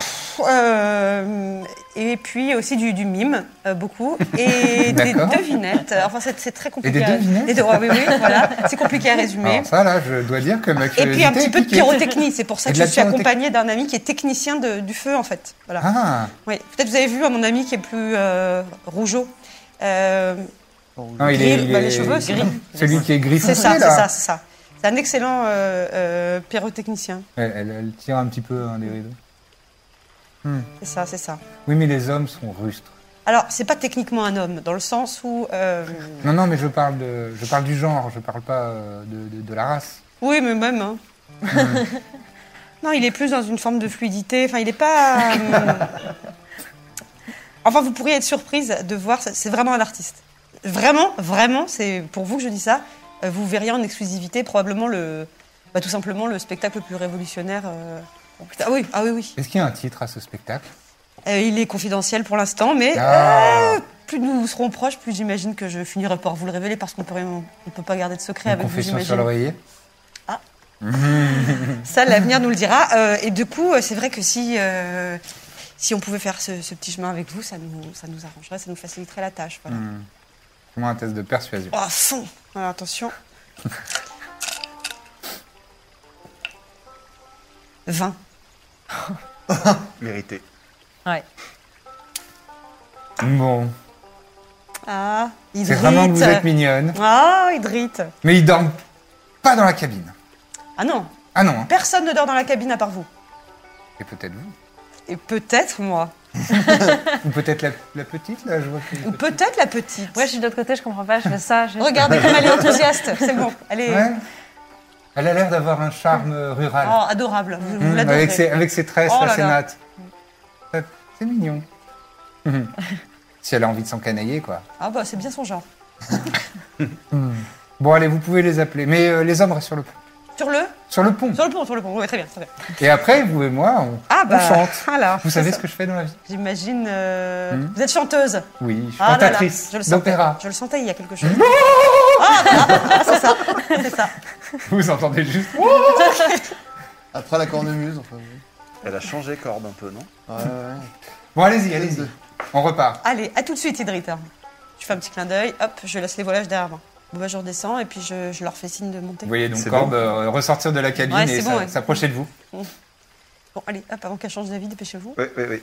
[SPEAKER 6] pff, euh, et puis aussi du, du mime euh, beaucoup et des
[SPEAKER 1] D'accord.
[SPEAKER 6] devinettes enfin c'est c'est très compliqué
[SPEAKER 1] des
[SPEAKER 6] à-
[SPEAKER 1] devinettes Ah.
[SPEAKER 6] et de- ouais, oui, oui, voilà c'est compliqué à résumer
[SPEAKER 1] Alors ça, là, je dois dire que ma
[SPEAKER 6] et
[SPEAKER 1] curiosité
[SPEAKER 6] puis un petit
[SPEAKER 1] est
[SPEAKER 6] peu de
[SPEAKER 1] piquée.
[SPEAKER 6] pyrotechnie c'est pour ça
[SPEAKER 1] Et
[SPEAKER 6] que
[SPEAKER 1] de
[SPEAKER 6] je
[SPEAKER 1] la
[SPEAKER 6] suis
[SPEAKER 1] pyrotechnie.
[SPEAKER 6] accompagnée d'un ami qui est technicien de- du feu en fait voilà
[SPEAKER 1] Ah,
[SPEAKER 6] oui. peut-être vous avez vu à mon ami qui est plus euh, rougeau Euh,
[SPEAKER 1] Ah, il est,
[SPEAKER 6] Gris,
[SPEAKER 1] il
[SPEAKER 6] bah,
[SPEAKER 1] est-
[SPEAKER 6] les cheveux, c'est gris.
[SPEAKER 1] Celui qui est gris
[SPEAKER 6] C'est
[SPEAKER 1] foncé,
[SPEAKER 6] ça, c'est
[SPEAKER 1] là.
[SPEAKER 6] ça, c'est ça. C'est un excellent euh, euh, pyrotechnicien.
[SPEAKER 1] Elle, elle- elle tire un petit peu un des rideaux.
[SPEAKER 6] C'est ça, c'est ça.
[SPEAKER 1] Oui, mais les hommes sont rustres.
[SPEAKER 6] Alors, c'est pas techniquement un homme, dans le sens où. euh,
[SPEAKER 1] Non, non, mais je parle, de, je parle du genre, je parle pas euh, de, de- de la race.
[SPEAKER 6] Oui, mais même. hein. non, il est plus dans une forme de fluidité. Enfin, il est pas. euh, Enfin, vous pourriez être surprise de voir. ça- C'est vraiment un artiste. Vraiment, vraiment, c'est pour vous que je dis ça. euh, Vous verriez en exclusivité probablement le. bah, tout simplement le spectacle le plus révolutionnaire. euh. Ah oui, ah oui, oui.
[SPEAKER 1] Est-ce qu'il y a un titre à ce spectacle
[SPEAKER 6] Euh, il est confidentiel pour l'instant, mais
[SPEAKER 1] Ah.
[SPEAKER 6] euh, plus nous serons proches, plus j'imagine que je finirai par vous le révéler parce qu'on peut rien- on peut pas garder de secret
[SPEAKER 1] Une
[SPEAKER 6] avec vous,
[SPEAKER 1] confession sur
[SPEAKER 6] ah, bah, j'imagine.
[SPEAKER 1] l'oreiller
[SPEAKER 6] Ça, l'avenir nous le dira. Euh, et du coup, euh, c'est vrai que si euh, si on pouvait faire ce, ce petit chemin avec vous, ça nous ça nous arrangerait, ça nous faciliterait la tâche. Voilà.
[SPEAKER 1] Mm. Comment un test de persuasion
[SPEAKER 6] Oh, à fond. Alors, attention. 20.
[SPEAKER 4] Vérité.
[SPEAKER 3] Ouais.
[SPEAKER 1] Bon,
[SPEAKER 6] Ah, il
[SPEAKER 1] c'est vraiment que vous êtes
[SPEAKER 6] drite.
[SPEAKER 1] mignonne.
[SPEAKER 6] Ah, il drite.
[SPEAKER 1] Mais ils dorment pas dans la cabine.
[SPEAKER 6] Ah non,
[SPEAKER 1] Ah non, hein.
[SPEAKER 6] personne ne dort dans la cabine à part vous.
[SPEAKER 1] et peut-être vous.
[SPEAKER 6] Et peut-être moi.
[SPEAKER 1] Ou peut-être la, la petite, là, je vois que...
[SPEAKER 6] Ou peut-être la petite.
[SPEAKER 3] Ouais, je suis de l'autre côté, je comprends pas, je fais ça. je-
[SPEAKER 6] Regardez comme elle est enthousiaste. C'est bon. Elle est
[SPEAKER 1] Ouais. Elle a l'air d'avoir un charme euh, rural.
[SPEAKER 6] oh, adorable. Vous, vous
[SPEAKER 1] Mmh,
[SPEAKER 6] l'adorez.
[SPEAKER 1] avec, ses, avec ses tresses,
[SPEAKER 6] Oh
[SPEAKER 1] là,
[SPEAKER 6] là
[SPEAKER 1] ses
[SPEAKER 6] là.
[SPEAKER 1] nattes. Euh, C'est mignon. Mhm. si elle a envie de s'encanailler, quoi.
[SPEAKER 6] Ah bah c'est bien son genre.
[SPEAKER 1] Bon, allez, vous pouvez les appeler. Mais euh, les hommes restent sur le, pont-
[SPEAKER 6] Sur le
[SPEAKER 1] sur le pont.
[SPEAKER 6] Sur le pont, sur le pont. Oui, très bien, très bien.
[SPEAKER 1] Et après, vous et moi, on,
[SPEAKER 6] Ah
[SPEAKER 1] on
[SPEAKER 6] bah
[SPEAKER 1] chante.
[SPEAKER 6] Alors,
[SPEAKER 1] Vous savez ce que je fais dans la vie
[SPEAKER 6] J'imagine. euh,
[SPEAKER 1] Hmm.
[SPEAKER 6] Vous êtes chanteuse.
[SPEAKER 1] Oui, je suis
[SPEAKER 6] Ah là là,
[SPEAKER 1] cantatrice
[SPEAKER 6] je le sentais.
[SPEAKER 1] d'opéra.
[SPEAKER 6] Je le sentais, il y a quelque chose. Ah, voilà. Ah, c'est ça, c'est ça.
[SPEAKER 1] Vous entendez juste
[SPEAKER 5] Après la cornemuse, enfin. oui.
[SPEAKER 4] Elle a changé corde un peu, non
[SPEAKER 5] Ouais, ouais, ouais.
[SPEAKER 1] Bon, allez-y, allez-y. On repart.
[SPEAKER 6] Allez, à tout de suite, Idrit. Je fais un petit clin d'œil. Hop, je laisse les voilages derrière moi. Bon bah je redescends et puis je, je leur fais signe de monter.
[SPEAKER 1] Vous voyez donc
[SPEAKER 4] C'est
[SPEAKER 1] Corbe
[SPEAKER 4] bon.
[SPEAKER 1] euh, ressortir de la cabine
[SPEAKER 6] Ouais,
[SPEAKER 1] et
[SPEAKER 6] c'est bon,
[SPEAKER 1] s'a-
[SPEAKER 6] ouais.
[SPEAKER 1] s'approcher de vous.
[SPEAKER 6] Bon, allez, hop, avant qu'elle change d'avis, dépêchez-vous.
[SPEAKER 4] Oui, oui, oui.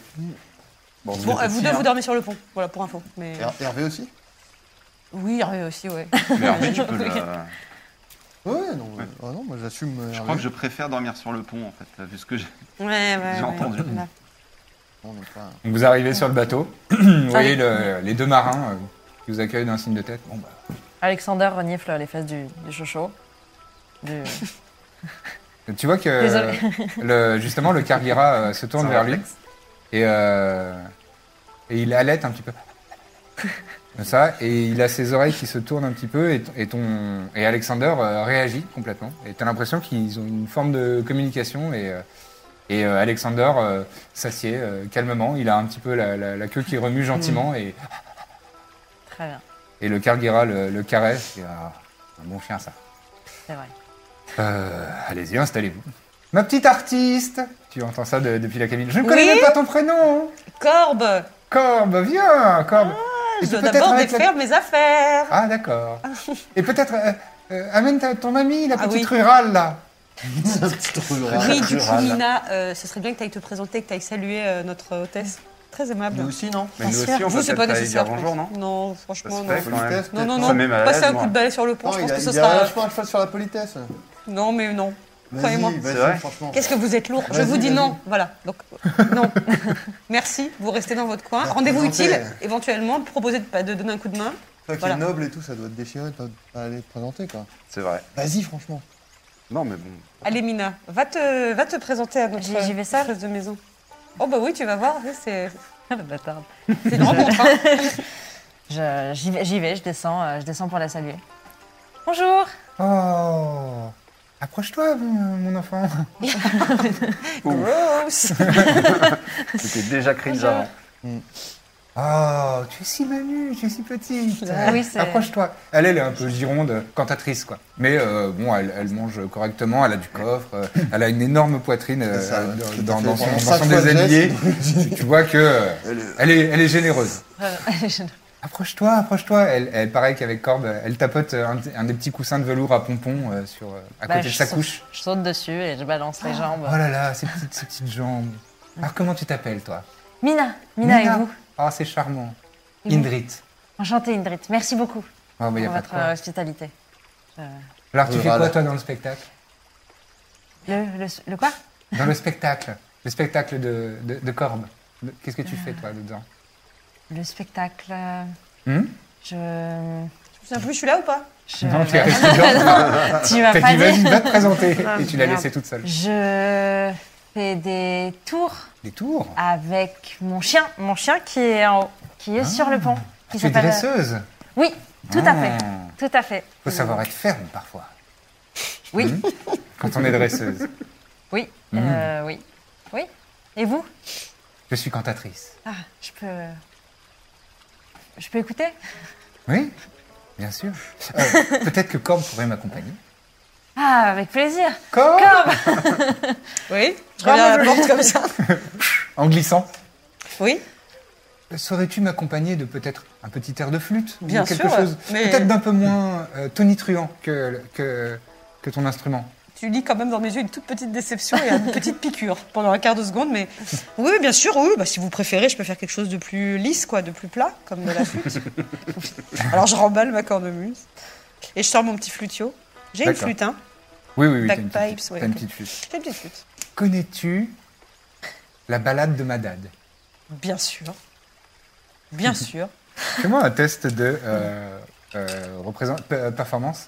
[SPEAKER 6] Bon, euh, vous
[SPEAKER 5] aussi,
[SPEAKER 6] deux,
[SPEAKER 5] hein.
[SPEAKER 6] vous dormez sur le pont. Voilà, pour info. Mais...
[SPEAKER 5] Her- Hervé aussi
[SPEAKER 6] Oui, Hervé aussi, ouais.
[SPEAKER 4] Mais Hervé, tu peux le-
[SPEAKER 5] Ouais, non, euh, ah non, moi j'assume. euh,
[SPEAKER 4] Je
[SPEAKER 5] Hervé.
[SPEAKER 4] crois que je préfère dormir sur le pont, en fait, vu ce que j'ai.
[SPEAKER 6] Ouais, ouais.
[SPEAKER 4] J'ai
[SPEAKER 6] ouais.
[SPEAKER 4] entendu.
[SPEAKER 6] Voilà.
[SPEAKER 5] On est pas-
[SPEAKER 1] Donc, vous arrivez sur le bateau. vous voyez le- les deux marins euh, qui vous accueillent d'un signe de tête. Bon, bah,
[SPEAKER 3] Alexander renifle les fesses du, du chocho. de-
[SPEAKER 1] Tu vois que euh,
[SPEAKER 3] Désolée.
[SPEAKER 1] le, justement le Cargira euh, se tourne
[SPEAKER 4] C'est un
[SPEAKER 1] vers lui
[SPEAKER 4] réflexe.
[SPEAKER 1] et, euh, et il halète un petit peu. Comme ça, et il a ses oreilles qui se tournent un petit peu et, et ton, et Alexander euh, réagit complètement. Et t'as l'impression qu'ils ont une forme de communication et, euh, et euh, Alexander euh, s'assied euh, calmement. Il a un petit peu la, la- la queue qui remue gentiment et,
[SPEAKER 3] Très bien,
[SPEAKER 1] et le Cargira le, le caresse. Et, ah, un bon chien ça.
[SPEAKER 3] c'est vrai.
[SPEAKER 1] Euh, allez-y, installez-vous. Ma petite artiste Tu entends ça de- depuis la cabine. Je ne connais
[SPEAKER 6] Oui
[SPEAKER 1] même pas ton prénom
[SPEAKER 6] Corbe,
[SPEAKER 1] Corbe, viens Corbe Et
[SPEAKER 6] Ah, je dois
[SPEAKER 1] peut-être
[SPEAKER 6] d'abord
[SPEAKER 1] avec la-
[SPEAKER 6] défaire mes affaires.
[SPEAKER 1] Ah, d'accord. Et peut-être... euh, euh, amène ta- ton amie, la
[SPEAKER 6] Ah
[SPEAKER 1] petite
[SPEAKER 6] oui.
[SPEAKER 1] rurale, là
[SPEAKER 5] C'est un petit rural.
[SPEAKER 6] oui, du coup,
[SPEAKER 5] Rural.
[SPEAKER 6] Mina, euh, ce serait bien que tu ailles te présenter, que tu ailles saluer euh, notre hôtesse. Très aimable.
[SPEAKER 5] Nous aussi, non
[SPEAKER 4] Mais nous
[SPEAKER 6] Bien
[SPEAKER 4] aussi,
[SPEAKER 6] sûr.
[SPEAKER 4] on
[SPEAKER 6] Vous,
[SPEAKER 4] peut
[SPEAKER 6] Ah, c'est pas
[SPEAKER 4] peut-être pas lui dire
[SPEAKER 6] nécessaire. je
[SPEAKER 4] bonjour, non
[SPEAKER 6] pense. Non,
[SPEAKER 4] Ça
[SPEAKER 6] franchement,
[SPEAKER 4] se
[SPEAKER 6] non.
[SPEAKER 4] fait quand même.
[SPEAKER 6] Non, non,
[SPEAKER 4] Ça me met
[SPEAKER 6] non.
[SPEAKER 4] mal à
[SPEAKER 6] Passer
[SPEAKER 4] l'aise,
[SPEAKER 6] un coup
[SPEAKER 4] moi.
[SPEAKER 6] de balai sur le pont,
[SPEAKER 5] Non,
[SPEAKER 6] je
[SPEAKER 5] il
[SPEAKER 6] pense
[SPEAKER 5] a, ah,
[SPEAKER 6] que ce
[SPEAKER 5] il a
[SPEAKER 6] sera.
[SPEAKER 5] vachement un cheval sur la politesse.
[SPEAKER 6] Non, mais non.
[SPEAKER 5] Vas-y,
[SPEAKER 6] Croyez-moi.
[SPEAKER 4] C'est vrai
[SPEAKER 5] vas-y, franchement.
[SPEAKER 6] Qu'est-ce que vous êtes lourd Je
[SPEAKER 5] Vas-y,
[SPEAKER 6] vous dis
[SPEAKER 5] vas-y.
[SPEAKER 6] non. Voilà. Donc, euh, non. Merci. Vous restez dans votre coin.
[SPEAKER 5] Ah,
[SPEAKER 6] Rendez-vous
[SPEAKER 5] présentez.
[SPEAKER 6] utile, éventuellement. Proposer de, de donner un coup de main.
[SPEAKER 5] Toi qui
[SPEAKER 6] Voilà.
[SPEAKER 5] es noble et tout, ça doit te déchirer de pas- pas aller te présenter, quoi.
[SPEAKER 4] C'est vrai.
[SPEAKER 5] Vas-y, franchement.
[SPEAKER 4] Non, mais bon.
[SPEAKER 6] Allez, Mina, va te, va te présenter à notre
[SPEAKER 3] J'y- j'y vais seule
[SPEAKER 6] maîtresse de maison. Oh, bah oui, tu vas voir. oui, C'est
[SPEAKER 3] Ah, le bâtard.
[SPEAKER 6] c'est une rencontre. hein.
[SPEAKER 3] Je- J'y vais, j'y vais, je descends, euh, je descends pour la saluer. Bonjour
[SPEAKER 1] Oh Approche-toi, mon mon enfant
[SPEAKER 6] Gross.
[SPEAKER 4] C'était déjà cringe avant.
[SPEAKER 1] Oh, tu es si manu, tu es si petite
[SPEAKER 3] Ah Oui, c'est-
[SPEAKER 1] Approche-toi Elle, elle est un peu gironde, cantatrice, quoi. Mais euh, bon, elle, elle mange correctement, elle a du coffre, euh, elle a une énorme poitrine euh,
[SPEAKER 5] C'est ça, ouais. Tout à
[SPEAKER 1] dans, dans-
[SPEAKER 5] fait.
[SPEAKER 1] dans son, dans
[SPEAKER 5] Pendant cinq
[SPEAKER 1] son
[SPEAKER 5] fois de
[SPEAKER 1] désailier.
[SPEAKER 5] geste.
[SPEAKER 1] tu vois que... euh,
[SPEAKER 5] Elle est-
[SPEAKER 1] Elle est, elle est généreuse.
[SPEAKER 3] Euh, Je-
[SPEAKER 1] Approche-toi, approche-toi. Elle, elle, pareil qu'avec Corbe, elle tapote un, un des petits coussins de velours à pompons euh, sur, euh, à
[SPEAKER 3] bah,
[SPEAKER 1] côté de
[SPEAKER 3] je
[SPEAKER 1] sa
[SPEAKER 3] saute-
[SPEAKER 1] couche.
[SPEAKER 3] Je saute dessus et je balance les jambes.
[SPEAKER 1] Oh là là, ces petites, ces petites jambes. Alors comment tu t'appelles toi
[SPEAKER 3] Mina, Mina, et vous
[SPEAKER 1] Ah, c'est charmant.
[SPEAKER 3] Et vous
[SPEAKER 1] Indrit.
[SPEAKER 3] Enchantée Indrit, merci beaucoup
[SPEAKER 1] Oh, bah, y a
[SPEAKER 3] pour
[SPEAKER 1] pas de
[SPEAKER 3] votre
[SPEAKER 1] quoi.
[SPEAKER 3] euh, hospitalité.
[SPEAKER 1] Alors tu fais
[SPEAKER 5] Rural.
[SPEAKER 1] quoi toi dans le spectacle
[SPEAKER 3] Le, le, le quoi
[SPEAKER 1] Dans le spectacle, le spectacle de, de, de Corbe. Le- Qu'est-ce que tu fais toi dedans
[SPEAKER 3] Le spectacle. euh,
[SPEAKER 1] Hmm
[SPEAKER 6] Je
[SPEAKER 3] Je.
[SPEAKER 6] me souviens plus, je suis là ou pas
[SPEAKER 3] Euh, je-
[SPEAKER 1] Non, t'es resté dedans.
[SPEAKER 3] tu m'as
[SPEAKER 1] T'as
[SPEAKER 3] pas
[SPEAKER 1] dit vas-y,
[SPEAKER 3] dit.
[SPEAKER 1] va te présenter. Et tu l'as
[SPEAKER 6] merde.
[SPEAKER 1] laissée toute seule.
[SPEAKER 3] Je fais des tours
[SPEAKER 1] Des tours.
[SPEAKER 3] avec mon chien, mon chien qui est en haut, qui est sur le pont. Qui
[SPEAKER 1] Ah. tu es
[SPEAKER 3] s'appelle- euh,
[SPEAKER 1] dresseuse.
[SPEAKER 3] Oui, tout à
[SPEAKER 1] Ah.
[SPEAKER 3] fait, tout à fait.
[SPEAKER 1] Faut savoir être ferme parfois.
[SPEAKER 3] Oui,
[SPEAKER 1] Quand on est dresseuse.
[SPEAKER 3] oui, euh, oui, oui. Et vous
[SPEAKER 1] Je suis cantatrice.
[SPEAKER 3] Ah, je peux. Je peux écouter
[SPEAKER 1] Oui, bien sûr. Euh, Peut-être que Corbe pourrait m'accompagner.
[SPEAKER 3] Ah, avec plaisir.
[SPEAKER 1] Corbe
[SPEAKER 6] Oui. Je
[SPEAKER 1] Ah,
[SPEAKER 6] reviens
[SPEAKER 1] moi,
[SPEAKER 6] à la
[SPEAKER 1] je-
[SPEAKER 6] porte comme ça.
[SPEAKER 1] En glissant.
[SPEAKER 6] Oui.
[SPEAKER 1] Saurais-tu m'accompagner de peut-être un petit air de flûte ou
[SPEAKER 6] Bien
[SPEAKER 1] quelque
[SPEAKER 6] sûr,
[SPEAKER 1] chose
[SPEAKER 6] mais-
[SPEAKER 1] peut-être d'un peu moins euh, tonitruant que, que, que ton instrument
[SPEAKER 6] Tu lis quand même dans mes yeux une toute petite déception et une petite piqûre pendant un quart de seconde, mais oui, bien sûr, oui, bah, si vous préférez, je peux faire quelque chose de plus lisse, quoi, de plus plat, comme de la flûte. Alors je remballe ma cornemuse et je sors mon petit flutio. J'ai une
[SPEAKER 1] D'accord.
[SPEAKER 6] flûte, hein.
[SPEAKER 1] Oui, oui, oui. t'as une
[SPEAKER 6] Bagpipes,
[SPEAKER 1] petite-
[SPEAKER 6] ouais,
[SPEAKER 1] t'as une
[SPEAKER 6] ok.
[SPEAKER 1] petite flûte.
[SPEAKER 6] J'ai une petite flûte.
[SPEAKER 1] Connais-tu la balade de Madad
[SPEAKER 6] Bien sûr. Bien sûr.
[SPEAKER 1] Fais-moi un test de euh, euh, représent- pe- performance.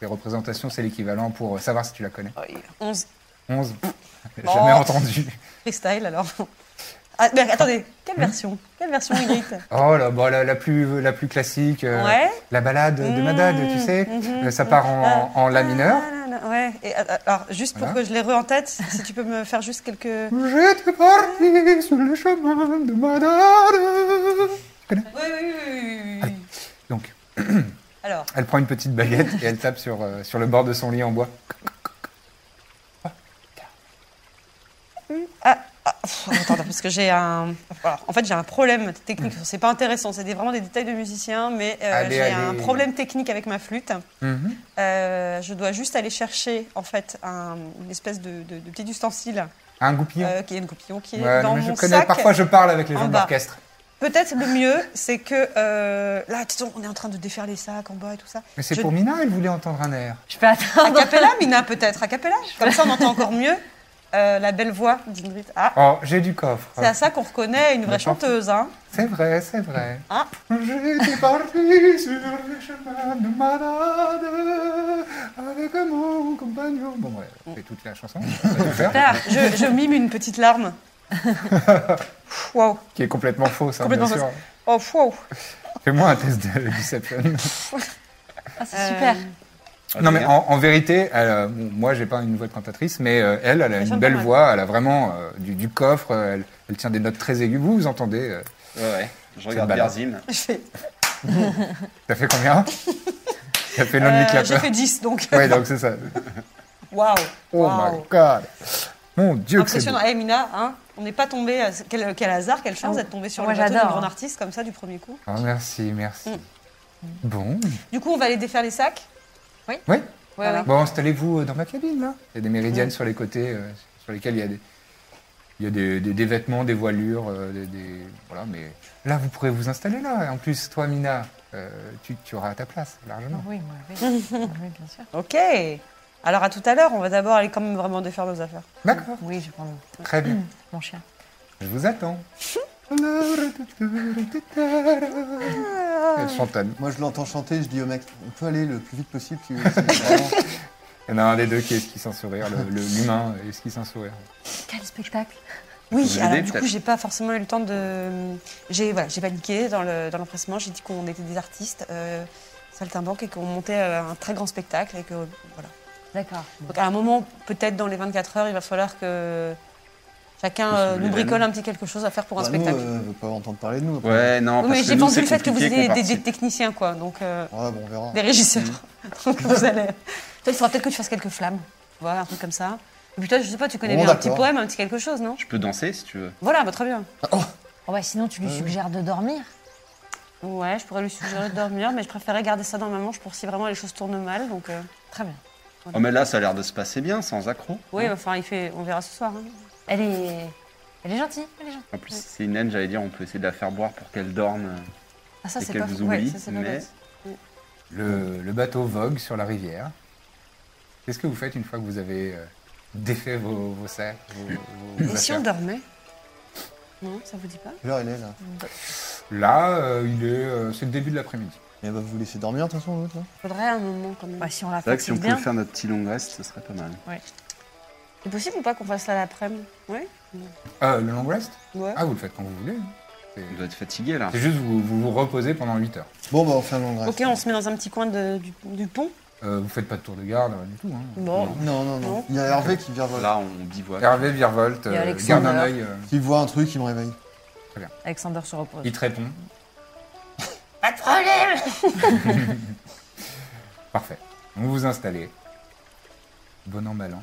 [SPEAKER 1] Les représentations, c'est l'équivalent pour euh, savoir si tu la connais.
[SPEAKER 6] 11
[SPEAKER 1] 11. Jamais
[SPEAKER 6] Oh.
[SPEAKER 1] entendu.
[SPEAKER 6] freestyle, alors. Ah, mais attendez, quelle version Quelle version, Ingrid
[SPEAKER 1] Oh là, bah, la, la plus, la plus classique, euh,
[SPEAKER 6] Ouais.
[SPEAKER 1] la balade de Madad, tu
[SPEAKER 6] Mmh,
[SPEAKER 1] sais.
[SPEAKER 6] mhm.
[SPEAKER 1] Euh, ça part en, en la mineur.
[SPEAKER 6] Ah, là, là, ouais. Et, ah, alors, juste pour
[SPEAKER 1] Voilà.
[SPEAKER 6] que je les re en tête, si tu peux me faire juste quelques.
[SPEAKER 1] J'étais parti sur le chemin de Madad.
[SPEAKER 6] Oui, oui, oui, oui, oui.
[SPEAKER 1] Donc,
[SPEAKER 6] Alors,
[SPEAKER 1] elle prend une petite baguette et elle tape sur, euh, sur le bord de son lit en bois.
[SPEAKER 6] ah, ah, pff, attends, attends, parce que j'ai un. alors, en fait, j'ai un problème technique. C'est pas intéressant. C'est des- vraiment des détails de musicien, mais euh,
[SPEAKER 1] Mmh. Allez,
[SPEAKER 6] j'ai
[SPEAKER 1] allez.
[SPEAKER 6] un problème technique avec ma flûte.
[SPEAKER 1] Mhm.
[SPEAKER 6] Euh, je dois juste aller chercher, en fait, un- une espèce de, de- de petit ustensile
[SPEAKER 1] Un goupillon.
[SPEAKER 6] euh, qui est une coupillon qui est
[SPEAKER 1] Ouais,
[SPEAKER 6] dans
[SPEAKER 1] mais je
[SPEAKER 6] mon
[SPEAKER 1] connais.
[SPEAKER 6] sac.
[SPEAKER 1] Parfois, je parle avec les
[SPEAKER 6] en
[SPEAKER 1] gens de
[SPEAKER 6] bas.
[SPEAKER 1] l'orchestre.
[SPEAKER 6] Peut-être le mieux, c'est que euh, là, attention, on est en train de défaire les sacs en bas et tout ça.
[SPEAKER 1] Mais c'est
[SPEAKER 6] Je-
[SPEAKER 1] pour Mina, elle voulait entendre un air.
[SPEAKER 3] Je peux
[SPEAKER 6] A
[SPEAKER 3] attendre.
[SPEAKER 6] cappella, Mina, peut-être. A cappella. Comme ça, on entend encore mieux euh, la belle voix d'Ingrid. Ah,
[SPEAKER 1] Oh, j'ai du coffre.
[SPEAKER 6] c'est à ça qu'on reconnaît une vraie
[SPEAKER 1] D'accord.
[SPEAKER 6] chanteuse, hein.
[SPEAKER 1] C'est vrai, c'est vrai.
[SPEAKER 6] Ah.
[SPEAKER 1] J'étais parti sur le chemin de malade avec mon compagne. genre. Bon, ouais, on fait toute la chanson. on va tout faire,
[SPEAKER 6] Super. Ah, Je, je mime une petite larme. Waouh.
[SPEAKER 1] qui est complètement fausse, hein,
[SPEAKER 6] Complètement
[SPEAKER 1] bien sûr.
[SPEAKER 6] Oh, waouh.
[SPEAKER 1] Fais-moi un test de deception.
[SPEAKER 3] Ah, c'est
[SPEAKER 6] Euh,
[SPEAKER 3] super.
[SPEAKER 4] Ah,
[SPEAKER 1] non, mais en, en vérité, elle, euh, bon, moi, j'ai pas une voix de cantatrice, mais euh, elle, elle a une
[SPEAKER 6] sonne
[SPEAKER 1] belle
[SPEAKER 6] pas mal.
[SPEAKER 1] voix. Elle a vraiment euh, du, du coffre. euh, elle, elle tient des notes très aiguës. Vous, vous entendez euh,
[SPEAKER 4] Ouais, ouais. Je
[SPEAKER 1] une
[SPEAKER 4] regarde
[SPEAKER 1] balade.
[SPEAKER 4] Berzim.
[SPEAKER 6] Je fais-
[SPEAKER 1] T'as fait combien T'as fait Lonely
[SPEAKER 6] euh, J'ai
[SPEAKER 1] Clapper
[SPEAKER 6] fait 10, donc.
[SPEAKER 1] Ouais, donc c'est ça.
[SPEAKER 6] Waouh.
[SPEAKER 1] Oh
[SPEAKER 6] Waouh.
[SPEAKER 1] my god Mon dieu, que c'est beau.
[SPEAKER 6] Impressionnant. Eh, Mina, hein, on n'est pas tombé. à- Quel, quel hasard, quelle chance
[SPEAKER 3] Ah,
[SPEAKER 6] d'être tombé sur
[SPEAKER 3] moi,
[SPEAKER 6] le bateau d'un
[SPEAKER 3] j'adore.
[SPEAKER 6] grand artiste comme ça du premier coup.
[SPEAKER 1] Ah, merci, merci.
[SPEAKER 6] Mm.
[SPEAKER 1] Bon,
[SPEAKER 6] Du coup, on va aller défaire les sacs.
[SPEAKER 1] oui.
[SPEAKER 3] Ouais, ouais.
[SPEAKER 1] Bon, installez-vous euh, dans ma cabine, là. Il y a des
[SPEAKER 6] Mm.
[SPEAKER 1] méridiennes sur les côtés, euh, sur lesquelles il y a des, il y a des, des- des vêtements, des voilures, euh, des, des- Voilà, mais là, vous pourrez vous installer, là. En plus, toi, Mina, euh, tu, tu auras ta place, largement.
[SPEAKER 6] Mm.
[SPEAKER 3] Oui, moi, oui. oui, bien sûr.
[SPEAKER 6] Ok. Alors à tout à l'heure, on va d'abord aller quand même vraiment défaire nos affaires.
[SPEAKER 1] D'accord,
[SPEAKER 3] Oui, je vais prendre
[SPEAKER 1] très bien.
[SPEAKER 6] Mm.
[SPEAKER 3] mon chien.
[SPEAKER 1] Je vous attends. Ah. Elle
[SPEAKER 6] Ah.
[SPEAKER 1] chantonne.
[SPEAKER 5] Moi, je l'entends chanter, je dis au mec, on peut aller le plus vite possible. si- si- vraiment. Bah,
[SPEAKER 1] Il y en a un des deux qui esquisse un sourire, le- le- l'humain esquisse un sourire.
[SPEAKER 3] Quel spectacle
[SPEAKER 6] Oui,
[SPEAKER 4] Vous
[SPEAKER 6] alors
[SPEAKER 4] aider,
[SPEAKER 6] du coup,
[SPEAKER 4] peut-être
[SPEAKER 6] j'ai pas forcément eu le temps de. J'ai voilà, j'ai paniqué dans le- dans l'empressement. j'ai dit qu'on était des artistes, euh, saltimbanques, et qu'on montait euh, un très grand spectacle. Et que, voilà.
[SPEAKER 3] D'accord.
[SPEAKER 6] Donc à un moment, peut-être dans les 24 heures, il va falloir que chacun
[SPEAKER 4] On se
[SPEAKER 6] euh, nous
[SPEAKER 4] brûle les
[SPEAKER 6] bricole
[SPEAKER 4] ailes.
[SPEAKER 6] un petit quelque chose à faire pour un
[SPEAKER 5] Bah, nous,
[SPEAKER 6] spectacle.
[SPEAKER 5] euh, on veut pas entendre parler de nous. après.
[SPEAKER 4] Ouais,
[SPEAKER 6] Oui,
[SPEAKER 4] non, parce
[SPEAKER 6] mais
[SPEAKER 4] que
[SPEAKER 6] j'ai
[SPEAKER 4] nous,
[SPEAKER 6] vendu
[SPEAKER 4] c'est
[SPEAKER 6] le fait que vous
[SPEAKER 4] compliqué
[SPEAKER 6] étiez
[SPEAKER 4] qu'on
[SPEAKER 6] des, des
[SPEAKER 4] participe.
[SPEAKER 6] techniciens, quoi. Donc. euh,
[SPEAKER 5] Ouais, Ah, bon, on verra.
[SPEAKER 6] des régisseurs.
[SPEAKER 4] Mm.
[SPEAKER 6] Donc vous allez. Toi, il faudra peut-être que tu fasses quelques flammes. Voilà, un truc comme ça. Et puis toi, je sais pas, tu connais
[SPEAKER 5] Bon,
[SPEAKER 6] bien un petit
[SPEAKER 5] d'accord.
[SPEAKER 6] poème, un petit quelque chose, non
[SPEAKER 4] Je peux danser si tu veux.
[SPEAKER 6] Voilà, bah, très bien.
[SPEAKER 3] Oh, bah, sinon, tu lui suggères de dormir.
[SPEAKER 6] Ouais, je pourrais lui suggérer de dormir, mais je préférais garder ça dans ma manche pour si vraiment les choses tournent mal. Donc, euh,
[SPEAKER 3] Très bien. Hein
[SPEAKER 4] Oh, mais là, ça a l'air de se passer bien, sans accro.
[SPEAKER 6] oui, enfin, il fait, on verra ce soir. hein.
[SPEAKER 3] Elle est... Elle est gentille, elle est gentille.
[SPEAKER 4] En plus, c'est une naine, j'allais dire, on peut essayer de la faire boire pour qu'elle dorme.
[SPEAKER 6] Ah, ça,
[SPEAKER 4] Et
[SPEAKER 6] c'est
[SPEAKER 4] qu'elle
[SPEAKER 6] pas
[SPEAKER 4] vous
[SPEAKER 6] fou. Ouais,
[SPEAKER 4] oublie,
[SPEAKER 6] ça, c'est pas
[SPEAKER 4] mais-
[SPEAKER 6] bête.
[SPEAKER 1] Le, le bateau vogue sur la rivière. Qu'est-ce que vous faites une fois que vous avez euh, défait vos, vos sacs vos- vos- vos
[SPEAKER 6] Et si on
[SPEAKER 1] affaires
[SPEAKER 6] dormait Non, ça vous dit pas
[SPEAKER 5] Quelle heure il est là
[SPEAKER 1] Là, euh, il est, euh, c'est le début de l'après-midi.
[SPEAKER 5] Mais elle va vous laisser dormir de toute façon, l'autre. là
[SPEAKER 6] Faudrait un moment quand même.
[SPEAKER 3] Bah, si on la
[SPEAKER 4] C'est vrai que si on
[SPEAKER 3] fatigue bien.
[SPEAKER 4] pouvait faire notre petit long rest, ce serait pas mal.
[SPEAKER 6] C'est possible ou pas qu'on fasse ça l'après-midi Oui
[SPEAKER 1] Euh, le long rest
[SPEAKER 6] Ouais.
[SPEAKER 1] Ah, vous le faites quand vous voulez. hein. C'est
[SPEAKER 4] On doit être fatigué là.
[SPEAKER 1] c'est juste vous, vous vous reposez pendant 8 heures.
[SPEAKER 5] Bon, bah, on fait un long
[SPEAKER 4] Ah,
[SPEAKER 5] reste.
[SPEAKER 6] Ok, on se met dans un petit coin de- du, du pont.
[SPEAKER 1] Euh, vous faites pas de tour de garde euh, du tout. hein.
[SPEAKER 6] Bon.
[SPEAKER 4] Mmh.
[SPEAKER 5] Non, non, non.
[SPEAKER 6] Non.
[SPEAKER 5] Il y a Hervé qui vient voir.
[SPEAKER 4] Là, on bivouac.
[SPEAKER 1] Hervé virevolte,
[SPEAKER 3] Et
[SPEAKER 1] euh,
[SPEAKER 3] Alexander.
[SPEAKER 1] garde un œil. euh,
[SPEAKER 5] S'il voit un truc, il me réveille.
[SPEAKER 3] Alexander se repose.
[SPEAKER 1] il te répond.
[SPEAKER 3] Pas de problème
[SPEAKER 1] Parfait. Donc vous vous installez. Bon an, mal an.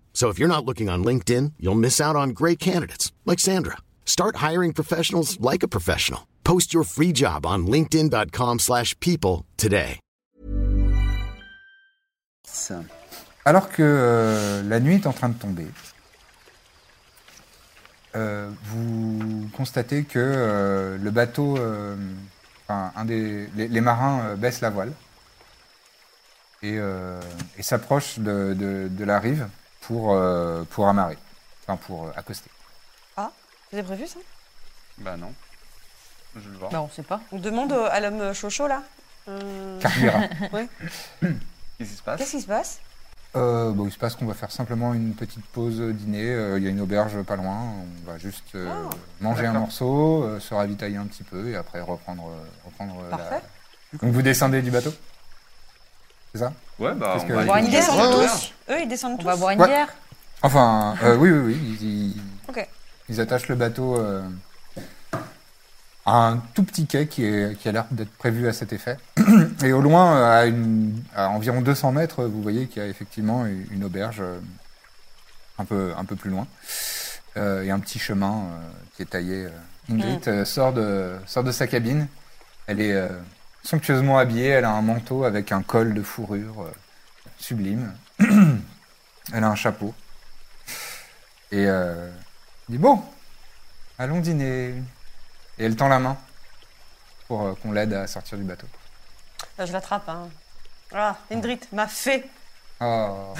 [SPEAKER 7] So if you're not looking on LinkedIn, you'll miss out on great candidates like Sandra. Start hiring professionals like a professional. Post your free job on linkedin.com/people slash people today.
[SPEAKER 4] Ça.
[SPEAKER 1] Alors que euh, la nuit est en train de tomber, euh, vous constatez que euh, le bateau, euh, enfin, un des, les, les marins euh, baissent la voile et, euh, et s'approchent de, de- de la rive pour, euh, pour amarrer, enfin pour euh, accoster.
[SPEAKER 6] Ah, vous prévu ça
[SPEAKER 4] Bah non. Je le vois.
[SPEAKER 3] Bah, on sait pas.
[SPEAKER 6] On demande au- à l'homme Chocho là. Euh,
[SPEAKER 1] Carburat.
[SPEAKER 4] Qu'est-ce qui se passe
[SPEAKER 6] Qu'est-ce qui se passe
[SPEAKER 1] Euh, bon, il se passe qu'on va faire simplement une petite pause dîner. Euh, Il y a une auberge pas loin. On va juste euh, manger un
[SPEAKER 4] D'accord.
[SPEAKER 1] morceau, euh, se ravitailler un petit peu et après reprendre, euh, reprendre euh,
[SPEAKER 6] Parfait.
[SPEAKER 1] la... Donc vous descendez du bateau C'est ça
[SPEAKER 4] Ouais, bah
[SPEAKER 1] Parce
[SPEAKER 4] on
[SPEAKER 1] que-
[SPEAKER 4] va
[SPEAKER 1] Bon,
[SPEAKER 4] aller
[SPEAKER 6] Ils
[SPEAKER 4] dans
[SPEAKER 6] descendent
[SPEAKER 4] la
[SPEAKER 6] tous
[SPEAKER 4] rivière.
[SPEAKER 6] Eux, ils descendent
[SPEAKER 3] On
[SPEAKER 6] tous
[SPEAKER 3] va boire une
[SPEAKER 1] Ouais.
[SPEAKER 3] bière.
[SPEAKER 1] Enfin, euh, oui, oui, oui. Ils, ils-
[SPEAKER 6] Ok.
[SPEAKER 1] ils attachent le bateau euh, à un tout petit quai qui, est, qui a l'air d'être prévu à cet effet. Et au loin, euh, à, une- à environ 200 mètres, vous voyez qu'il y a effectivement une une auberge euh, un peu, un peu plus loin. Euh, et un petit chemin euh, qui est taillé. euh. Ingrid euh, sort, de, sort de sa cabine. Elle est euh, somptueusement habillée. Elle a un manteau avec un col de fourrure euh, sublime. elle a un chapeau. Et euh, il dit Bon, allons dîner. Et elle tend la main pour euh, qu'on l'aide à sortir du bateau.
[SPEAKER 6] Ah, Je l'attrape. Hein. Ah, Indrit, ma fée.
[SPEAKER 1] Oh.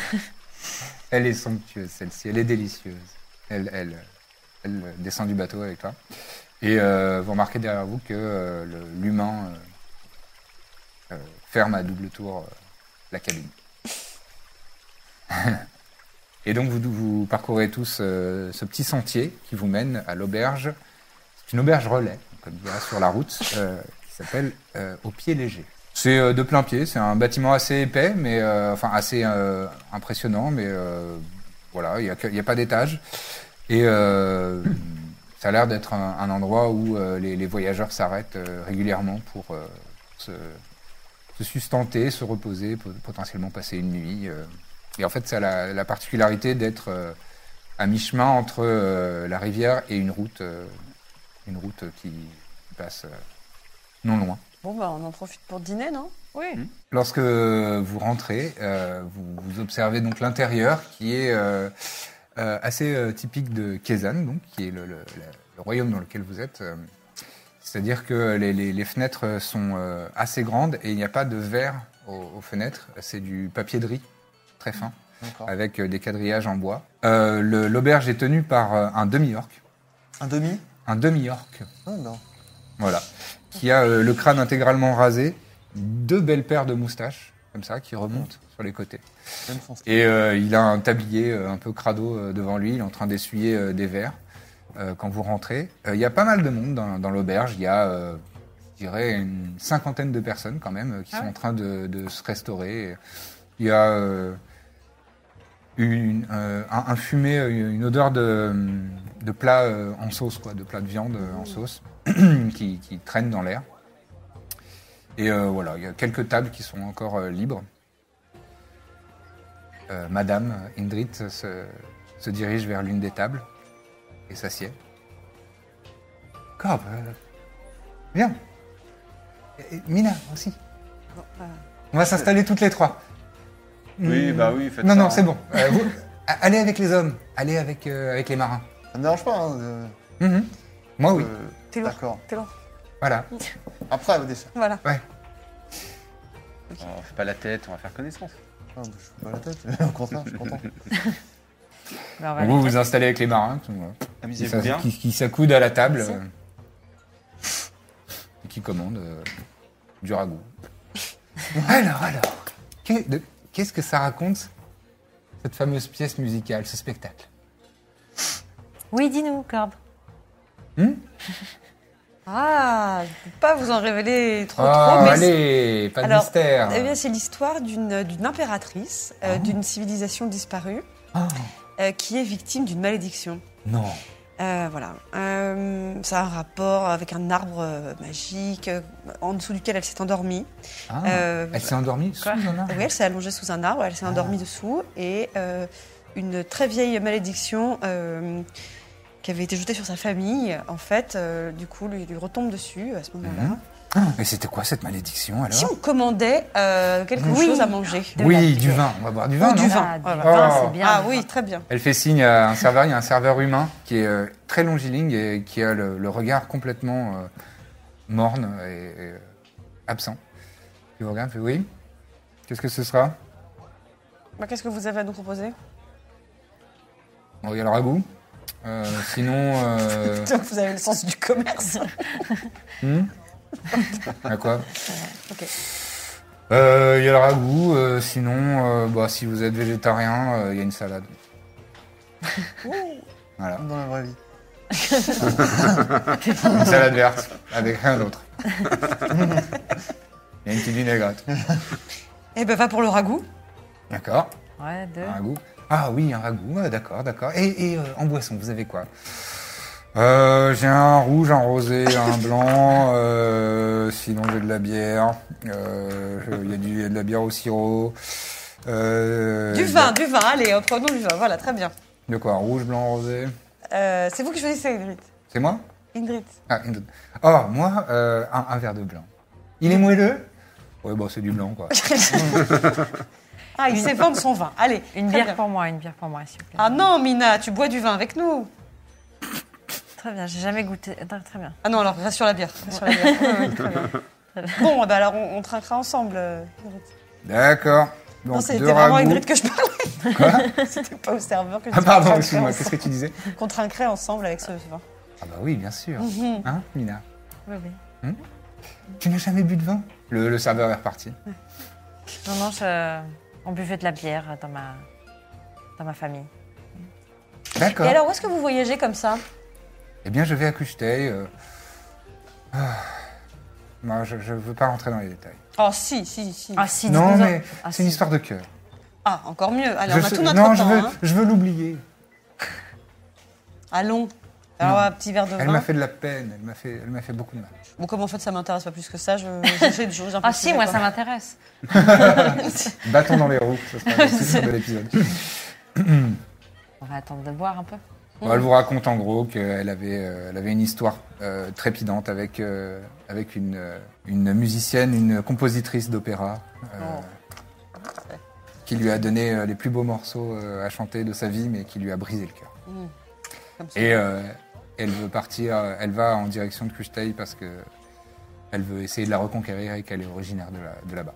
[SPEAKER 1] elle est somptueuse, celle-ci. Elle est délicieuse. Elle, elle, elle descend du bateau avec toi. Et euh, vous remarquez derrière vous que euh, le- l'humain euh, euh, ferme à double tour euh, la cabine. Et donc vous, vous parcourez tous euh, ce petit sentier qui vous mène à l'auberge. C'est une auberge relais, comme il y a sur la route, euh, qui s'appelle euh, Au Pied Léger. C'est euh, de plein pied, c'est un bâtiment assez épais, mais euh, enfin assez euh, impressionnant, mais euh, voilà, il n'y a, que- il y a pas d'étage. Et euh, ça a l'air d'être un, un endroit où euh, les, les voyageurs s'arrêtent euh, régulièrement pour euh, se, se sustenter, se reposer, po- potentiellement passer une nuit. euh. Et en fait, ça a la, la particularité d'être euh, à mi-chemin entre euh, la rivière et une route, euh, une route qui passe euh, non loin.
[SPEAKER 6] Bon, bah, on en profite pour dîner, non
[SPEAKER 2] Oui.
[SPEAKER 1] Lorsque vous rentrez, euh, vous, vous observez donc l'intérieur qui est euh, euh, assez euh, typique de Kezan, donc qui est le, le- la- le royaume dans lequel vous êtes. euh, C'est-à-dire que les, les- les fenêtres sont euh, assez grandes et il n'y a pas de verre aux, aux fenêtres, c'est du papier de riz très fin
[SPEAKER 5] D'accord.
[SPEAKER 1] avec euh, des quadrillages en bois. Euh, le- L'auberge est tenue par euh, un demi-orc,
[SPEAKER 5] Un demi
[SPEAKER 1] un demi-orc
[SPEAKER 5] Ah, non.
[SPEAKER 1] voilà. Qui a euh, le crâne intégralement rasé, deux belles paires de moustaches, comme ça, qui remontent sur les côtés.
[SPEAKER 5] Même sans style.
[SPEAKER 1] Et euh, il a un tablier euh, un peu crado euh, devant lui, il est en train d'essuyer euh, des verres euh, quand vous rentrez. Euh, Il y a pas mal de monde dans, dans l'auberge, il y a, euh, je dirais, une cinquantaine de personnes quand même euh, qui sont en train de, de se restaurer. Il y a euh, une, euh, un, un fumé, euh, une odeur de, de plat euh, en sauce, quoi, de plat de viande euh, en sauce qui, qui traîne dans l'air. Et euh, voilà, il y a quelques tables qui sont encore euh, libres. Euh, Madame Indrit se, se dirige vers l'une des tables et s'assied. Corbe, euh, viens. Et- et Mina aussi. On va s'installer toutes les trois.
[SPEAKER 4] Oui, bah oui, faites
[SPEAKER 1] Non,
[SPEAKER 4] ça.
[SPEAKER 1] non, c'est bon. Euh, vous- a- allez avec les hommes, allez avec, euh, avec les marins.
[SPEAKER 5] Ça me dérange pas. hein, de-
[SPEAKER 1] Mhm. Moi, oui.
[SPEAKER 5] euh,
[SPEAKER 6] T'es lourd.
[SPEAKER 5] D'accord.
[SPEAKER 6] T'es lourd.
[SPEAKER 1] Voilà.
[SPEAKER 5] Après, au dessert.
[SPEAKER 6] Voilà.
[SPEAKER 1] Ouais.
[SPEAKER 4] On fait pas la tête, on va faire connaissance.
[SPEAKER 5] Ah, bah, je fous pas la tête. Au contraire, je suis content.
[SPEAKER 3] Ben, on va
[SPEAKER 1] Donc,
[SPEAKER 3] aller-
[SPEAKER 1] vous vous installez avec les marins qui, sont, euh, qui
[SPEAKER 4] Amusez-vous
[SPEAKER 1] s'a-
[SPEAKER 4] bien.
[SPEAKER 1] qui- qui s'accoudent à la table euh, et qui commandent euh, du ragoût. alors, alors, que- de- qu'est-ce que ça raconte cette fameuse pièce musicale, ce spectacle
[SPEAKER 3] Oui, dis-nous, Corbe.
[SPEAKER 6] Ah, je peux pas vous en révéler trop,
[SPEAKER 1] Oh,
[SPEAKER 6] trop, mais
[SPEAKER 1] allez, pas de
[SPEAKER 6] Alors,
[SPEAKER 1] mystère.
[SPEAKER 6] Eh bien, c'est l'histoire d'une d'une impératrice, euh, d'une civilisation disparue,
[SPEAKER 1] Ah.
[SPEAKER 6] euh, qui est victime d'une malédiction.
[SPEAKER 1] Non.
[SPEAKER 6] Euh, voilà. Euh, ça a un rapport avec un arbre euh, magique, euh, en dessous duquel elle s'est endormie.
[SPEAKER 1] Ah,
[SPEAKER 6] Euh,
[SPEAKER 1] elle s'est endormie sous un arbre.
[SPEAKER 6] Oui, elle s'est allongée sous un arbre, elle s'est endormie
[SPEAKER 1] Ah.
[SPEAKER 6] dessous, et euh, une très vieille malédiction euh, qui avait été jetée sur sa famille, en fait, euh, du coup, lui, lui retombe dessus à ce
[SPEAKER 1] Mhm.
[SPEAKER 6] moment-là.
[SPEAKER 1] Ah. Et c'était quoi cette malédiction alors
[SPEAKER 6] Si on commandait euh, quelque
[SPEAKER 3] Oui.
[SPEAKER 6] chose à manger
[SPEAKER 3] De
[SPEAKER 1] Oui,
[SPEAKER 3] la-
[SPEAKER 1] du vin. On va boire du vin,
[SPEAKER 6] Ou
[SPEAKER 1] non
[SPEAKER 6] Oh, du vin,
[SPEAKER 3] Ah, du
[SPEAKER 6] voilà.
[SPEAKER 3] vin,
[SPEAKER 1] Oh.
[SPEAKER 3] c'est bien.
[SPEAKER 6] Ah
[SPEAKER 3] du
[SPEAKER 6] oui,
[SPEAKER 3] vin.
[SPEAKER 6] très bien.
[SPEAKER 1] Elle fait signe à un serveur, il y a un serveur humain qui est euh, très longiligne et qui a le, le regard complètement euh, morne et, et, euh, absent. Il vous regarde, il fait oui. Qu'est-ce que ce sera
[SPEAKER 6] Bah, Qu'est-ce que vous avez à nous proposer
[SPEAKER 1] On regarde le ragoût. Euh, sinon, euh,
[SPEAKER 6] Donc vous avez le sens du commerce.
[SPEAKER 1] à quoi
[SPEAKER 6] Ok.
[SPEAKER 1] Euh, Il y a le ragoût. euh, sinon, euh, bah, si vous êtes végétarien, euh, il y a une salade. voilà,
[SPEAKER 5] Comme dans la vraie vie.
[SPEAKER 1] une salade verte avec rien d'autre. Il y a une petite vinaigrette.
[SPEAKER 6] Eh ben va pour le ragoût.
[SPEAKER 1] Euh, D'accord.
[SPEAKER 3] Ouais, deux.
[SPEAKER 1] Un ragoût Ah oui, un ragoût, ah, d'accord, d'accord. Et, et, euh, en boisson, vous avez quoi Euh, J'ai un rouge, un rosé, un blanc, euh, sinon j'ai de la bière, euh, il y a du- il y, a de la bière au sirop. euh,
[SPEAKER 6] Du
[SPEAKER 1] il y a-
[SPEAKER 6] vin, du vin, allez, hop, prenons du vin, voilà, très bien.
[SPEAKER 1] De quoi Rouge, blanc, rosé
[SPEAKER 6] Euh, c'est vous qui choisissez, Ingrid.
[SPEAKER 1] C'est moi
[SPEAKER 6] Ingrid.
[SPEAKER 1] Ah, une- Oh, moi, euh, un, un verre de blanc. Il est moelleux Ouais, bon, c'est du blanc, quoi.
[SPEAKER 6] Ah, il sait vendre son vin. Allez,
[SPEAKER 3] Une
[SPEAKER 6] très
[SPEAKER 3] bière
[SPEAKER 6] bien.
[SPEAKER 3] pour moi, une bière pour moi, s'il vous plaît.
[SPEAKER 6] Ah non, Mina, tu bois du vin avec nous.
[SPEAKER 3] Très bien, j'ai jamais goûté. Très, très bien.
[SPEAKER 6] Ah non, alors reste sur la bière. reste sur la bière. Ouais, ouais, très bien. Bon, eh ben alors on, on trinquera ensemble. euh, Ingrid.
[SPEAKER 1] D'accord. Donc,
[SPEAKER 6] non, c'était
[SPEAKER 1] de
[SPEAKER 6] vraiment
[SPEAKER 1] ragoût.
[SPEAKER 6] Ingrid que je parlais. C'était pas au serveur que je
[SPEAKER 1] Ah,
[SPEAKER 6] parlais.
[SPEAKER 1] pardon,
[SPEAKER 6] Qu'on trinquerait
[SPEAKER 1] excuse-moi, qu'est-ce que tu disais
[SPEAKER 6] ensemble- Qu'on trinquerait ensemble avec ce vin.
[SPEAKER 1] Ah, bah oui, bien sûr.
[SPEAKER 6] Mhm.
[SPEAKER 1] Hein, Mina
[SPEAKER 3] Oui, oui.
[SPEAKER 1] Tu n'as jamais bu de vin le, le serveur est reparti.
[SPEAKER 3] Non, non, je- on buvait de la bière dans ma, dans ma famille.
[SPEAKER 1] D'accord.
[SPEAKER 2] Et alors, où est-ce que vous voyagez comme ça
[SPEAKER 1] Eh bien, je vais à Cucheteil. euh. Ah. Moi, je ne veux pas rentrer dans les détails.
[SPEAKER 6] Oh, si, si, si.
[SPEAKER 3] Ah si,
[SPEAKER 1] non,
[SPEAKER 3] dites-nous-en.
[SPEAKER 1] mais
[SPEAKER 3] Ah,
[SPEAKER 1] c'est une
[SPEAKER 3] si.
[SPEAKER 1] histoire de cœur.
[SPEAKER 6] Ah, encore mieux. Allez, on a
[SPEAKER 1] Je-
[SPEAKER 6] tout notre
[SPEAKER 1] non,
[SPEAKER 6] temps.
[SPEAKER 1] je veux,
[SPEAKER 6] hein.
[SPEAKER 1] je veux l'oublier.
[SPEAKER 6] Allons. Alors, un petit verre de
[SPEAKER 1] Elle m'a
[SPEAKER 6] vin.
[SPEAKER 1] fait de la peine, elle m'a fait, elle m'a fait beaucoup de mal.
[SPEAKER 6] Bon, comme en fait, ça m'intéresse pas plus que ça. Je, j'ai des choses
[SPEAKER 3] Ah si, moi ça m'intéresse.
[SPEAKER 1] Bâton dans les roues, ce sera le titre de l'épisode.
[SPEAKER 3] On va attendre de boire un peu.
[SPEAKER 1] Bon, elle vous raconte en gros qu'elle avait, euh, elle avait une histoire euh, trépidante avec, euh, avec une, euh, une musicienne, une compositrice d'opéra, euh, qui lui a donné euh, les plus beaux morceaux euh, à chanter de sa vie, mais qui lui a brisé le cœur. Et euh, elle veut partir, euh, elle va en direction de Cucheteil parce que elle veut essayer de la reconquérir et qu'elle est originaire de, la- de là-bas,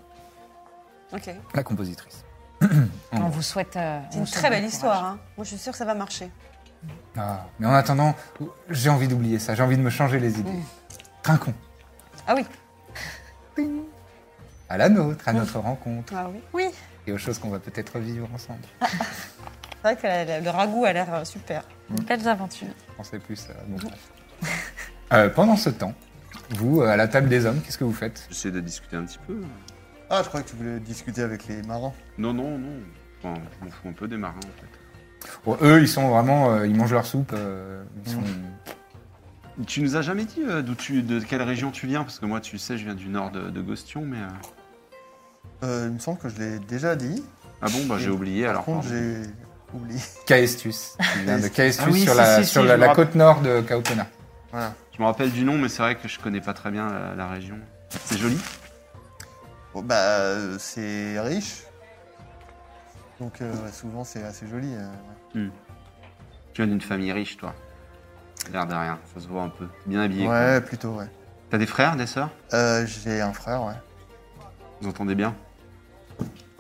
[SPEAKER 6] Ok. C'est
[SPEAKER 1] la compositrice. Mm.
[SPEAKER 3] On vous souhaite. euh, on
[SPEAKER 6] une
[SPEAKER 3] vous souhaite
[SPEAKER 6] très
[SPEAKER 3] bon
[SPEAKER 6] belle
[SPEAKER 3] courage.
[SPEAKER 6] histoire. hein. Moi, je suis sûre que ça va marcher.
[SPEAKER 1] Ah, mais en attendant, j'ai envie d'oublier ça, j'ai envie de me changer les idées. Trinquons.
[SPEAKER 6] Ah oui.
[SPEAKER 1] à la nôtre, à notre rencontre
[SPEAKER 6] Ah oui. Oui.
[SPEAKER 1] et aux choses qu'on va peut-être vivre ensemble.
[SPEAKER 6] C'est vrai que la- la- le ragoût a l'air euh, super.
[SPEAKER 3] Belles aventures.
[SPEAKER 1] Pensez plus à bon, bref. Euh, Pendant ce temps, vous, euh, à la table des hommes, qu'est-ce que vous faites
[SPEAKER 4] J'essaie de discuter un petit peu.
[SPEAKER 5] Ah, je croyais que tu voulais discuter avec les marins.
[SPEAKER 4] Non, non, non. Enfin, je m'en fous un peu des marins, en fait.
[SPEAKER 1] Bon, Eux, ils sont vraiment, euh, ils mangent leur soupe. euh, ils sont-
[SPEAKER 4] Tu nous as jamais dit euh, d'où tu, de quelle région tu viens Parce que moi, tu sais, je viens du nord de, de Gostion, mais... euh,
[SPEAKER 5] Euh, il me semble que je l'ai déjà dit.
[SPEAKER 4] Ah bon, bah j'ai oublié,
[SPEAKER 5] Par
[SPEAKER 4] alors.
[SPEAKER 5] contre,
[SPEAKER 4] pardon.
[SPEAKER 5] j'ai oublié.
[SPEAKER 1] Caestus, ils viennent de Caestus
[SPEAKER 4] Ah oui,
[SPEAKER 1] sur
[SPEAKER 4] si,
[SPEAKER 1] la,
[SPEAKER 4] si, si,
[SPEAKER 1] sur
[SPEAKER 4] je
[SPEAKER 1] la,
[SPEAKER 4] me
[SPEAKER 1] la
[SPEAKER 4] rappelle.
[SPEAKER 1] côte nord de Kautona.
[SPEAKER 5] Voilà.
[SPEAKER 4] Je me rappelle du nom, mais c'est vrai que je connais pas très bien euh, la, la région. C'est joli.
[SPEAKER 5] Bon, bah, euh, c'est riche. Donc, euh, ouais, souvent, c'est assez joli. euh, ouais.
[SPEAKER 4] Tu viens d'une famille riche, toi. L'air de rien, ça se voit un peu. Bien habillé.
[SPEAKER 5] ouais,
[SPEAKER 4] quoi.
[SPEAKER 5] plutôt, ouais.
[SPEAKER 4] T'as des frères, des sœurs
[SPEAKER 5] Euh, j'ai un frère, ouais.
[SPEAKER 4] Vous entendez bien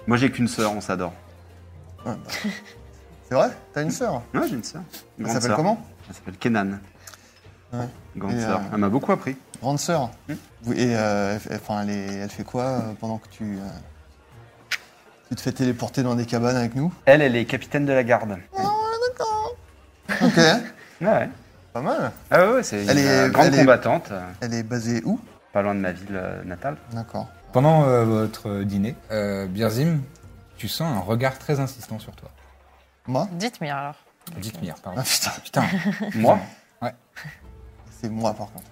[SPEAKER 4] Moi, j'ai qu'une sœur, on s'adore.
[SPEAKER 5] Ouais, bah. c'est vrai T'as Ah, une sœur
[SPEAKER 4] Ouais, j'ai une sœur. Une
[SPEAKER 5] Elle
[SPEAKER 4] grande
[SPEAKER 5] s'appelle
[SPEAKER 4] sœur.
[SPEAKER 5] comment
[SPEAKER 4] Elle s'appelle Kenan.
[SPEAKER 5] Ouais.
[SPEAKER 4] Une Grande
[SPEAKER 5] Et,
[SPEAKER 4] sœur.
[SPEAKER 5] euh,
[SPEAKER 4] Elle m'a beaucoup appris.
[SPEAKER 5] Grande sœur.
[SPEAKER 4] Hmm.
[SPEAKER 5] Oui, Et euh, elle, fait- enfin, elle, est- elle fait quoi euh, pendant que tu, euh, tu te fais téléporter dans des cabanes avec nous
[SPEAKER 4] Elle, elle est capitaine de la garde.
[SPEAKER 5] Ok,
[SPEAKER 4] Ouais.
[SPEAKER 5] pas mal.
[SPEAKER 4] Ah ouais, c'est
[SPEAKER 5] Elle
[SPEAKER 4] une
[SPEAKER 5] est-
[SPEAKER 4] euh, grande
[SPEAKER 5] elle est-
[SPEAKER 4] combattante, euh,
[SPEAKER 5] Elle est basée où
[SPEAKER 4] pas loin de ma ville euh, natale.
[SPEAKER 5] D'accord.
[SPEAKER 1] Pendant euh, votre dîner, euh, Birzim, tu sens un regard très insistant sur toi.
[SPEAKER 5] Moi
[SPEAKER 3] Dites-moi alors.
[SPEAKER 1] Dites-moi, pardon.
[SPEAKER 5] Ah putain,
[SPEAKER 1] Putain,
[SPEAKER 4] Moi
[SPEAKER 5] c'est moi par contre.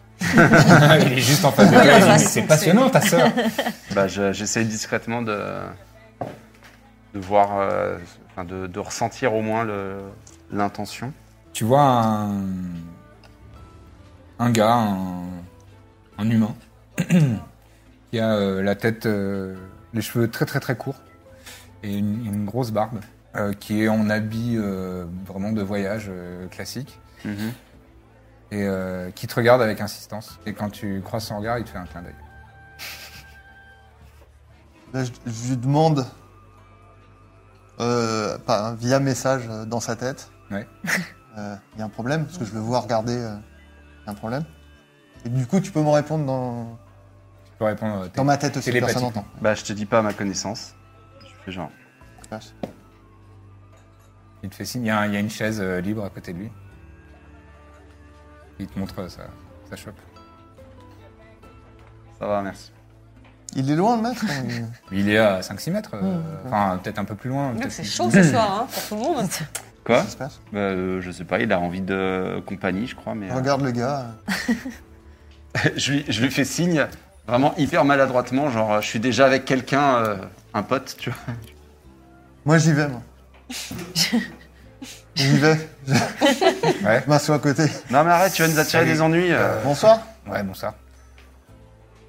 [SPEAKER 1] il est juste en face de toi. il dit, Mais c'est passionnant, ta sœur.
[SPEAKER 4] bah, je- J'essaie discrètement de, de voir, euh, enfin, de, de ressentir au moins le- l'intention.
[SPEAKER 1] Tu vois un, un gars, un, un humain, qui a euh, la tête, euh, les cheveux très très très courts et une, une grosse barbe, euh, qui est en habit euh, vraiment de voyage euh, classique et euh, qui te regarde avec insistance. Et quand tu croises son regard, il te fait un clin d'œil.
[SPEAKER 5] Là, je, je lui demande, euh, pas, via message euh, dans sa tête, Euh,
[SPEAKER 1] Ouais.
[SPEAKER 5] il y a un problème, parce que je le vois regarder, euh, il y a un problème. Et du coup, tu peux me répondre dans,
[SPEAKER 1] Tu peux répondre euh,
[SPEAKER 5] dans ma tête aussi,
[SPEAKER 1] télépathiquement.
[SPEAKER 5] personne n'entend.
[SPEAKER 4] Bah, je te dis pas à ma connaissance. Je fais genre.
[SPEAKER 1] Il te fait signe, il y, a un- il y a une chaise euh, libre à côté de lui. Il te montre euh, sa, sa chope.
[SPEAKER 4] Ça va, merci.
[SPEAKER 5] Il est loin le maître ou-
[SPEAKER 1] Il est à 5-6 mètres, euh, enfin peut-être un peu plus loin.
[SPEAKER 6] Mieux que
[SPEAKER 1] peut-être
[SPEAKER 6] Mmh. C'est chaud ce soir hein, pour tout le monde.
[SPEAKER 4] Quoi
[SPEAKER 5] Qu'est-ce qui se passe
[SPEAKER 4] bah, euh, Je sais pas, il a envie de compagnie, je crois, mais. euh,
[SPEAKER 5] Regarde le gars.
[SPEAKER 4] je, lui, je lui fais signe, vraiment hyper maladroitement, genre euh, je suis déjà avec quelqu'un, euh, un pote, tu vois.
[SPEAKER 5] Moi, j'y vais, moi. j'y vais. Je,
[SPEAKER 1] Ouais.
[SPEAKER 5] je m'assois à côté.
[SPEAKER 4] Non mais arrête, tu vas nous attirer
[SPEAKER 1] Salut.
[SPEAKER 4] des ennuis. euh.
[SPEAKER 5] Bonsoir.
[SPEAKER 1] Ouais, bon ça.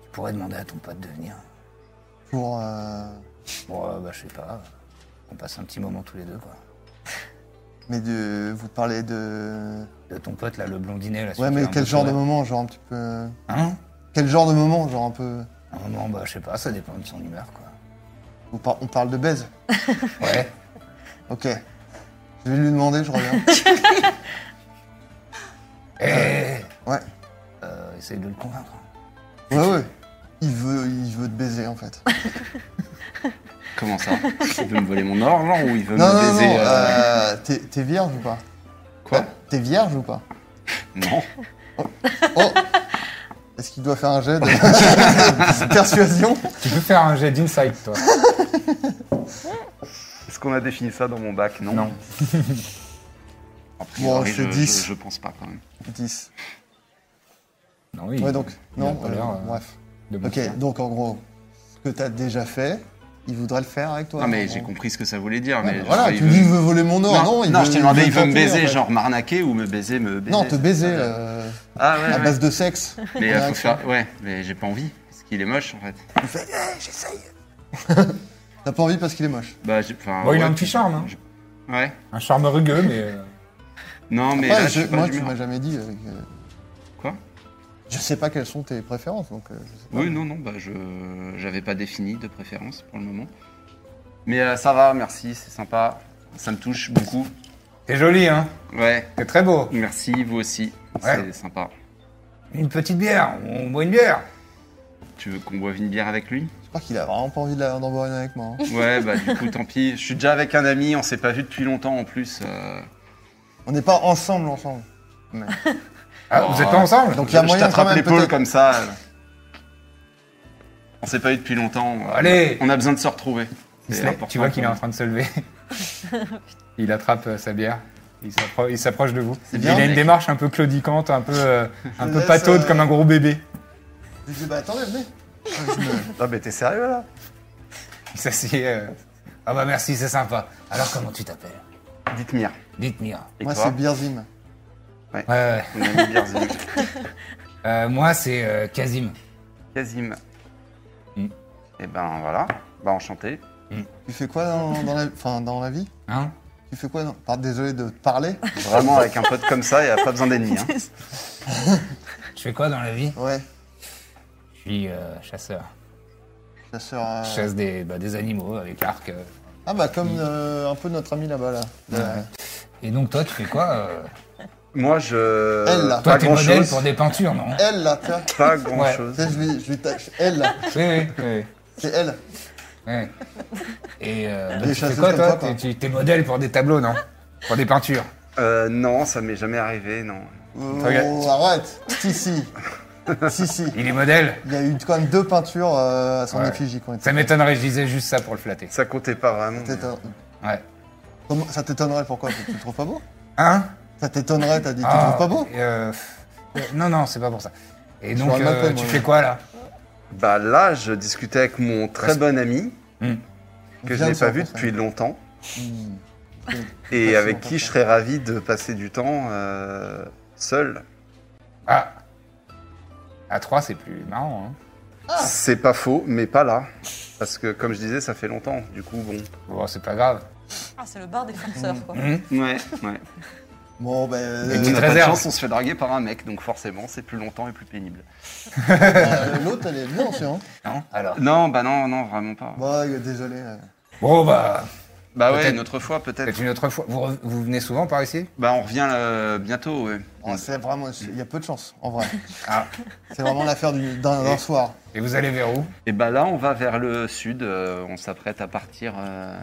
[SPEAKER 1] Tu pourrais demander à ton pote de venir.
[SPEAKER 5] Pour. euh,
[SPEAKER 1] Bon, euh, bah, je sais pas. On passe un petit moment tous les deux, quoi.
[SPEAKER 5] Mais de, vous parlez de.
[SPEAKER 1] De ton pote, là, le blondinet, là.
[SPEAKER 5] Ouais,
[SPEAKER 1] celui qui
[SPEAKER 5] mais
[SPEAKER 1] a un
[SPEAKER 5] quel
[SPEAKER 1] peu
[SPEAKER 5] genre de
[SPEAKER 1] sourire.
[SPEAKER 5] moment Genre un petit peu. euh,
[SPEAKER 1] Hein
[SPEAKER 5] Quel genre de moment Genre un peu.
[SPEAKER 1] Un moment, bah, je sais pas, ça dépend de son humeur, quoi.
[SPEAKER 5] On, par- on parle de baise
[SPEAKER 1] Ouais.
[SPEAKER 5] Ok. Je vais lui demander, je reviens.
[SPEAKER 1] Eh,
[SPEAKER 5] Ouais.
[SPEAKER 1] euh, Essaye de le convaincre.
[SPEAKER 5] Ouais, ouais. Il veut, il veut te baiser en fait.
[SPEAKER 4] Comment ça Il veut me voler mon argent ou il veut
[SPEAKER 5] Non,
[SPEAKER 4] me
[SPEAKER 5] non, non.
[SPEAKER 4] baiser euh,
[SPEAKER 5] euh, t'es- T'es vierge ou pas
[SPEAKER 4] Quoi
[SPEAKER 5] T'es vierge ou pas
[SPEAKER 4] Non.
[SPEAKER 5] Oh Est-ce qu'il doit faire un jet de persuasion
[SPEAKER 1] Tu peux faire un jet d'insight, toi.
[SPEAKER 4] Est-ce qu'on a défini ça dans mon bac Non.
[SPEAKER 1] Non.
[SPEAKER 4] A
[SPEAKER 5] Bon,
[SPEAKER 4] priori,
[SPEAKER 5] c'est
[SPEAKER 4] je,
[SPEAKER 5] 10.
[SPEAKER 4] je- je pense pas quand même.
[SPEAKER 5] 10.
[SPEAKER 1] Non, oui.
[SPEAKER 5] Ouais, donc. Non,
[SPEAKER 1] pas l'air,
[SPEAKER 5] euh,
[SPEAKER 1] euh,
[SPEAKER 5] bref.
[SPEAKER 1] de bon
[SPEAKER 5] Ok,
[SPEAKER 1] faire.
[SPEAKER 5] donc en gros, ce que t'as déjà fait, il voudrait le faire avec toi
[SPEAKER 4] non, mais
[SPEAKER 5] en
[SPEAKER 4] j'ai
[SPEAKER 5] gros.
[SPEAKER 4] compris ce que ça voulait dire.
[SPEAKER 5] Ouais,
[SPEAKER 4] mais
[SPEAKER 5] bah voilà,
[SPEAKER 4] je- il
[SPEAKER 5] tu me dis
[SPEAKER 4] veut-
[SPEAKER 5] il veut voler mon or. Non, il
[SPEAKER 4] non,
[SPEAKER 5] veut-
[SPEAKER 4] je t'ai demandé, il veut me
[SPEAKER 5] t'enculer, en
[SPEAKER 4] baiser,
[SPEAKER 5] fait.
[SPEAKER 4] genre m'arnaquer ou me baiser, me baiser.
[SPEAKER 5] Non, te baiser
[SPEAKER 4] Ah,
[SPEAKER 5] euh,
[SPEAKER 4] Ah ouais,
[SPEAKER 5] à
[SPEAKER 4] ouais.
[SPEAKER 5] base de sexe.
[SPEAKER 4] Mais euh, faut
[SPEAKER 5] Interaction.
[SPEAKER 4] faire. Ouais, mais j'ai pas envie. Parce qu'il est moche en fait.
[SPEAKER 5] Tu fais, Eh, j'essaye. T'as pas envie parce qu'il est moche.
[SPEAKER 4] Bah, j'ai- enfin,
[SPEAKER 1] Bon, il a
[SPEAKER 4] ouais,
[SPEAKER 1] un petit charme, hein.
[SPEAKER 4] je- Ouais.
[SPEAKER 1] Un charme rugueux, mais. euh,
[SPEAKER 4] Non, mais
[SPEAKER 5] Après,
[SPEAKER 4] là,
[SPEAKER 5] je-
[SPEAKER 4] je suis pas
[SPEAKER 5] moi, tu
[SPEAKER 4] d'humeur.
[SPEAKER 5] m'as jamais dit. euh, que-
[SPEAKER 4] Quoi
[SPEAKER 5] Je sais pas quelles sont tes préférences, donc. euh, je sais pas.
[SPEAKER 4] Oui, non, non, bah, je j'avais pas défini de préférence pour le moment. Mais euh, ça va, merci, c'est sympa. Ça me touche beaucoup.
[SPEAKER 1] T'es joli, hein
[SPEAKER 4] Ouais,
[SPEAKER 1] T'es très beau.
[SPEAKER 4] merci, vous aussi.
[SPEAKER 1] Ouais.
[SPEAKER 4] C'est sympa.
[SPEAKER 1] Une petite bière, on boit une bière.
[SPEAKER 4] Tu veux qu'on boive une bière avec lui
[SPEAKER 5] Je crois qu'il a vraiment pas envie de la- d'en boire une avec moi. hein.
[SPEAKER 4] Ouais, bah du coup, tant pis. Je suis déjà avec un ami, on s'est pas vu depuis longtemps en plus. euh.
[SPEAKER 5] On n'est pas ensemble, ensemble. Mais-
[SPEAKER 1] Ah,
[SPEAKER 4] Oh.
[SPEAKER 1] vous êtes pas ensemble
[SPEAKER 5] Donc il y
[SPEAKER 4] Je
[SPEAKER 5] a moyen quand
[SPEAKER 4] t'attrape
[SPEAKER 5] même.
[SPEAKER 4] l'épaule
[SPEAKER 5] peut-être-
[SPEAKER 4] comme ça. euh. On s'est pas eu depuis longtemps.
[SPEAKER 1] Allez.
[SPEAKER 4] On a besoin de se retrouver.
[SPEAKER 1] Il se
[SPEAKER 4] C'est
[SPEAKER 1] lève,
[SPEAKER 4] important
[SPEAKER 1] Tu vois qu'il est
[SPEAKER 4] pour
[SPEAKER 1] en train de se lever. il attrape euh, sa bière. Il s'appro- Il s'approche de vous.
[SPEAKER 4] bien,
[SPEAKER 1] il a une
[SPEAKER 4] mec.
[SPEAKER 1] démarche un peu claudicante, un peu, euh, un
[SPEAKER 5] Je
[SPEAKER 1] peu
[SPEAKER 5] laisse,
[SPEAKER 1] pataude
[SPEAKER 5] euh,
[SPEAKER 1] comme un gros bébé.
[SPEAKER 5] Je dis, bah attendez, venez.
[SPEAKER 4] Ah, mais t'es sérieux là
[SPEAKER 1] Il s'assied. euh, Ah bah merci, c'est sympa. Alors comment tu t'appelles
[SPEAKER 4] Dites-moi.
[SPEAKER 1] Dites-moi.
[SPEAKER 4] Et
[SPEAKER 5] Moi,
[SPEAKER 4] toi
[SPEAKER 5] c'est Birzim.
[SPEAKER 1] Ouais, ouais, ouais.
[SPEAKER 4] Mon ami Birzim.
[SPEAKER 1] Euh, moi c'est euh, Kazim.
[SPEAKER 4] Kazim.
[SPEAKER 1] Mm.
[SPEAKER 4] Et ben voilà, bah enchanté.
[SPEAKER 5] Tu fais quoi dans, dans la... Enfin, dans la vie
[SPEAKER 1] Hein
[SPEAKER 5] Tu fais quoi dans... Par- Désolé de te parler.
[SPEAKER 4] Vraiment avec un pote comme ça, il a pas besoin d'ennemis. hein.
[SPEAKER 1] Je fais quoi dans la vie
[SPEAKER 5] Ouais.
[SPEAKER 1] Je suis euh, chasseur.
[SPEAKER 5] Chasseur. euh,
[SPEAKER 1] Je chasse des, bah, des animaux avec l'arc. euh.
[SPEAKER 5] Ah bah comme euh, un peu notre ami là-bas là. Euh,
[SPEAKER 1] Et donc toi tu fais quoi euh
[SPEAKER 4] Moi je.
[SPEAKER 5] Elle, là.
[SPEAKER 1] Toi
[SPEAKER 4] Pas
[SPEAKER 1] t'es
[SPEAKER 4] grand
[SPEAKER 1] modèle
[SPEAKER 4] chose.
[SPEAKER 1] pour des peintures, non
[SPEAKER 5] Elle là, tu vois. Tu
[SPEAKER 4] Pas grand chose.
[SPEAKER 5] sais, je lui, je lui taxe. Elle là.
[SPEAKER 1] Oui, oui, oui.
[SPEAKER 5] C'est elle.
[SPEAKER 1] Ouais. Et euh, bah,
[SPEAKER 5] Ah, Les
[SPEAKER 1] tu fais
[SPEAKER 5] chasseuses
[SPEAKER 1] quoi,
[SPEAKER 5] comme
[SPEAKER 1] toi
[SPEAKER 5] toi, quoi.
[SPEAKER 1] T'es- Tu T'es modèle pour des tableaux, non Pour des peintures
[SPEAKER 4] Euh, non, ça m'est jamais arrivé, non.
[SPEAKER 5] Oh,
[SPEAKER 1] Regarde.
[SPEAKER 5] arrête. Si si. si si.
[SPEAKER 1] Il est modèle
[SPEAKER 5] Il y a eu quand même deux peintures euh, à son
[SPEAKER 1] Ouais.
[SPEAKER 5] effigie quand
[SPEAKER 1] Ça m'étonnerait, je disais juste ça pour le flatter.
[SPEAKER 4] Ça comptait pas vraiment.
[SPEAKER 1] Ouais.
[SPEAKER 5] Comment- Ça t'étonnerait pourquoi Tu le trouves pas beau
[SPEAKER 1] Hein
[SPEAKER 5] Ça t'étonnerait, t'as dit, tu le
[SPEAKER 1] Ah,
[SPEAKER 5] trouves pas beau
[SPEAKER 1] euh, pff, euh, Non, non, c'est pas pour ça. Et donc,
[SPEAKER 5] vois mal
[SPEAKER 1] euh,
[SPEAKER 5] pas, moi,
[SPEAKER 1] tu
[SPEAKER 5] là.
[SPEAKER 1] fais quoi, là
[SPEAKER 4] Bah là, je discutais avec mon très
[SPEAKER 1] Parce-
[SPEAKER 4] bon ami,
[SPEAKER 1] Hmm.
[SPEAKER 4] que je
[SPEAKER 5] Viens
[SPEAKER 4] n'ai
[SPEAKER 5] de
[SPEAKER 4] pas
[SPEAKER 5] son
[SPEAKER 4] vu
[SPEAKER 5] conseil.
[SPEAKER 4] depuis longtemps,
[SPEAKER 5] Hmm.
[SPEAKER 4] et
[SPEAKER 5] Merci,
[SPEAKER 4] avec
[SPEAKER 5] mon
[SPEAKER 4] qui
[SPEAKER 5] papa.
[SPEAKER 4] je serais ravi de passer du temps euh, seul.
[SPEAKER 1] Ah À 3, c'est plus marrant, hein
[SPEAKER 4] C'est pas faux, mais pas là. Parce que, comme je disais, ça fait longtemps. Du coup, bon.
[SPEAKER 1] Bon, c'est pas grave.
[SPEAKER 2] Ah, c'est le bar des farceurs,
[SPEAKER 6] Hmm.
[SPEAKER 2] quoi.
[SPEAKER 4] Ouais, ouais.
[SPEAKER 5] Bon, ben,
[SPEAKER 1] Et
[SPEAKER 5] euh,
[SPEAKER 4] On
[SPEAKER 1] petite
[SPEAKER 4] a pas de
[SPEAKER 1] réserve.
[SPEAKER 4] chance, on se fait draguer par un mec, donc forcément, c'est plus longtemps et plus pénible.
[SPEAKER 5] euh, l'autre, elle est bien aussi, hein.
[SPEAKER 1] Non Alors
[SPEAKER 4] Non, bah non, non, vraiment pas.
[SPEAKER 5] Bon, euh, désolé. euh.
[SPEAKER 1] Bon, bah,
[SPEAKER 4] Bah ouais,
[SPEAKER 1] Peut-être.
[SPEAKER 4] une autre fois,
[SPEAKER 1] peut-être
[SPEAKER 4] peut-être.
[SPEAKER 1] une autre fois. Vous, re- vous venez souvent par ici
[SPEAKER 4] Bah on revient euh, bientôt, ouais.
[SPEAKER 5] Oh, c'est vraiment, il y a peu de chance, en vrai.
[SPEAKER 1] Hmm. Ah.
[SPEAKER 5] C'est vraiment l'affaire du- d'un d'un soir.
[SPEAKER 1] Et vous allez vers où
[SPEAKER 4] Et bah là, on va vers le sud, euh, on s'apprête à partir. euh,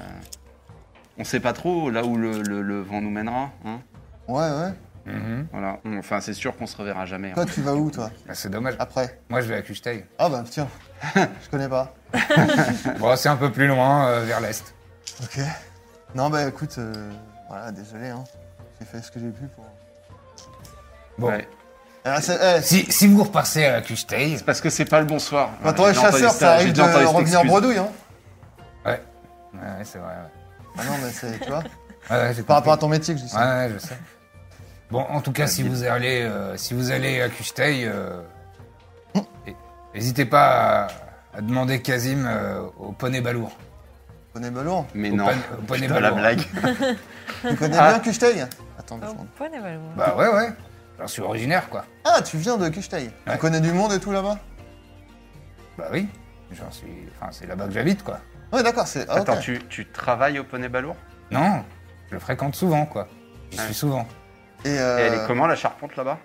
[SPEAKER 4] On sait pas trop là où le, le- le vent nous mènera. hein.
[SPEAKER 5] Ouais, ouais.
[SPEAKER 1] Mhm.
[SPEAKER 4] Voilà, enfin c'est sûr qu'on se reverra jamais. hein.
[SPEAKER 5] Toi, tu vas où, toi
[SPEAKER 1] Bah, C'est dommage.
[SPEAKER 5] Après
[SPEAKER 1] Moi, je vais à Cucheteil.
[SPEAKER 5] Ah, bah, tiens. Je connais pas.
[SPEAKER 1] Bon, c'est un peu plus loin, euh, vers l'est.
[SPEAKER 5] Ok. Non, bah, écoute, euh, voilà, désolé, hein. J'ai fait ce que j'ai pu pour.
[SPEAKER 1] Bon.
[SPEAKER 4] Ouais.
[SPEAKER 5] Ah, c'est- eh,
[SPEAKER 1] Si, si vous repassez à Cucheteil,
[SPEAKER 4] Parce que c'est pas le bonsoir.
[SPEAKER 5] Quand
[SPEAKER 4] Voilà,
[SPEAKER 5] on est
[SPEAKER 4] j'ai déjà
[SPEAKER 5] chasseur,
[SPEAKER 4] entendu
[SPEAKER 5] ça
[SPEAKER 4] j'ai
[SPEAKER 5] arrive de
[SPEAKER 4] déjà entendu cette
[SPEAKER 5] revenir en
[SPEAKER 4] excuse.
[SPEAKER 5] bredouille, hein.
[SPEAKER 1] Ouais. Ouais, ouais, c'est vrai. Ouais.
[SPEAKER 5] Ah non, mais c'est, tu vois,
[SPEAKER 1] Ouais, ouais, j'ai
[SPEAKER 5] par rapport à
[SPEAKER 1] compris.
[SPEAKER 5] ton métier que je dis ça.
[SPEAKER 1] Ouais, ouais, je sais. Bon, en tout cas, si vous allez, euh, si vous allez à Cucheteil, euh, et- n'hésitez pas à, à demander Kazim euh, au poney balourd.
[SPEAKER 5] connais Ballon
[SPEAKER 4] Mais
[SPEAKER 1] Au
[SPEAKER 4] non,
[SPEAKER 1] pan- au
[SPEAKER 4] c'est
[SPEAKER 1] poney
[SPEAKER 4] pas la
[SPEAKER 1] ballon.
[SPEAKER 4] blague.
[SPEAKER 5] Tu connais
[SPEAKER 4] Ah.
[SPEAKER 5] bien Kuchtei Attends
[SPEAKER 3] Ah.
[SPEAKER 5] deux
[SPEAKER 6] Au
[SPEAKER 5] secondes.
[SPEAKER 6] point des Valois.
[SPEAKER 1] Bah ouais, ouais. J'en suis originaire, quoi.
[SPEAKER 5] Ah, tu viens de Kuchtei.
[SPEAKER 1] Ouais.
[SPEAKER 5] Tu connais du monde et tout là-bas
[SPEAKER 1] Bah oui. J'en suis. Enfin, c'est là-bas que j'habite, quoi.
[SPEAKER 5] Ouais, d'accord, c'est. Ah, ok.
[SPEAKER 4] Attends, tu, tu travailles au poney balourd
[SPEAKER 1] Non, je le fréquente souvent, quoi. J'y
[SPEAKER 4] Ouais.
[SPEAKER 1] suis souvent.
[SPEAKER 5] Et,
[SPEAKER 4] Et
[SPEAKER 5] euh,
[SPEAKER 4] elle est comment la charpente là-bas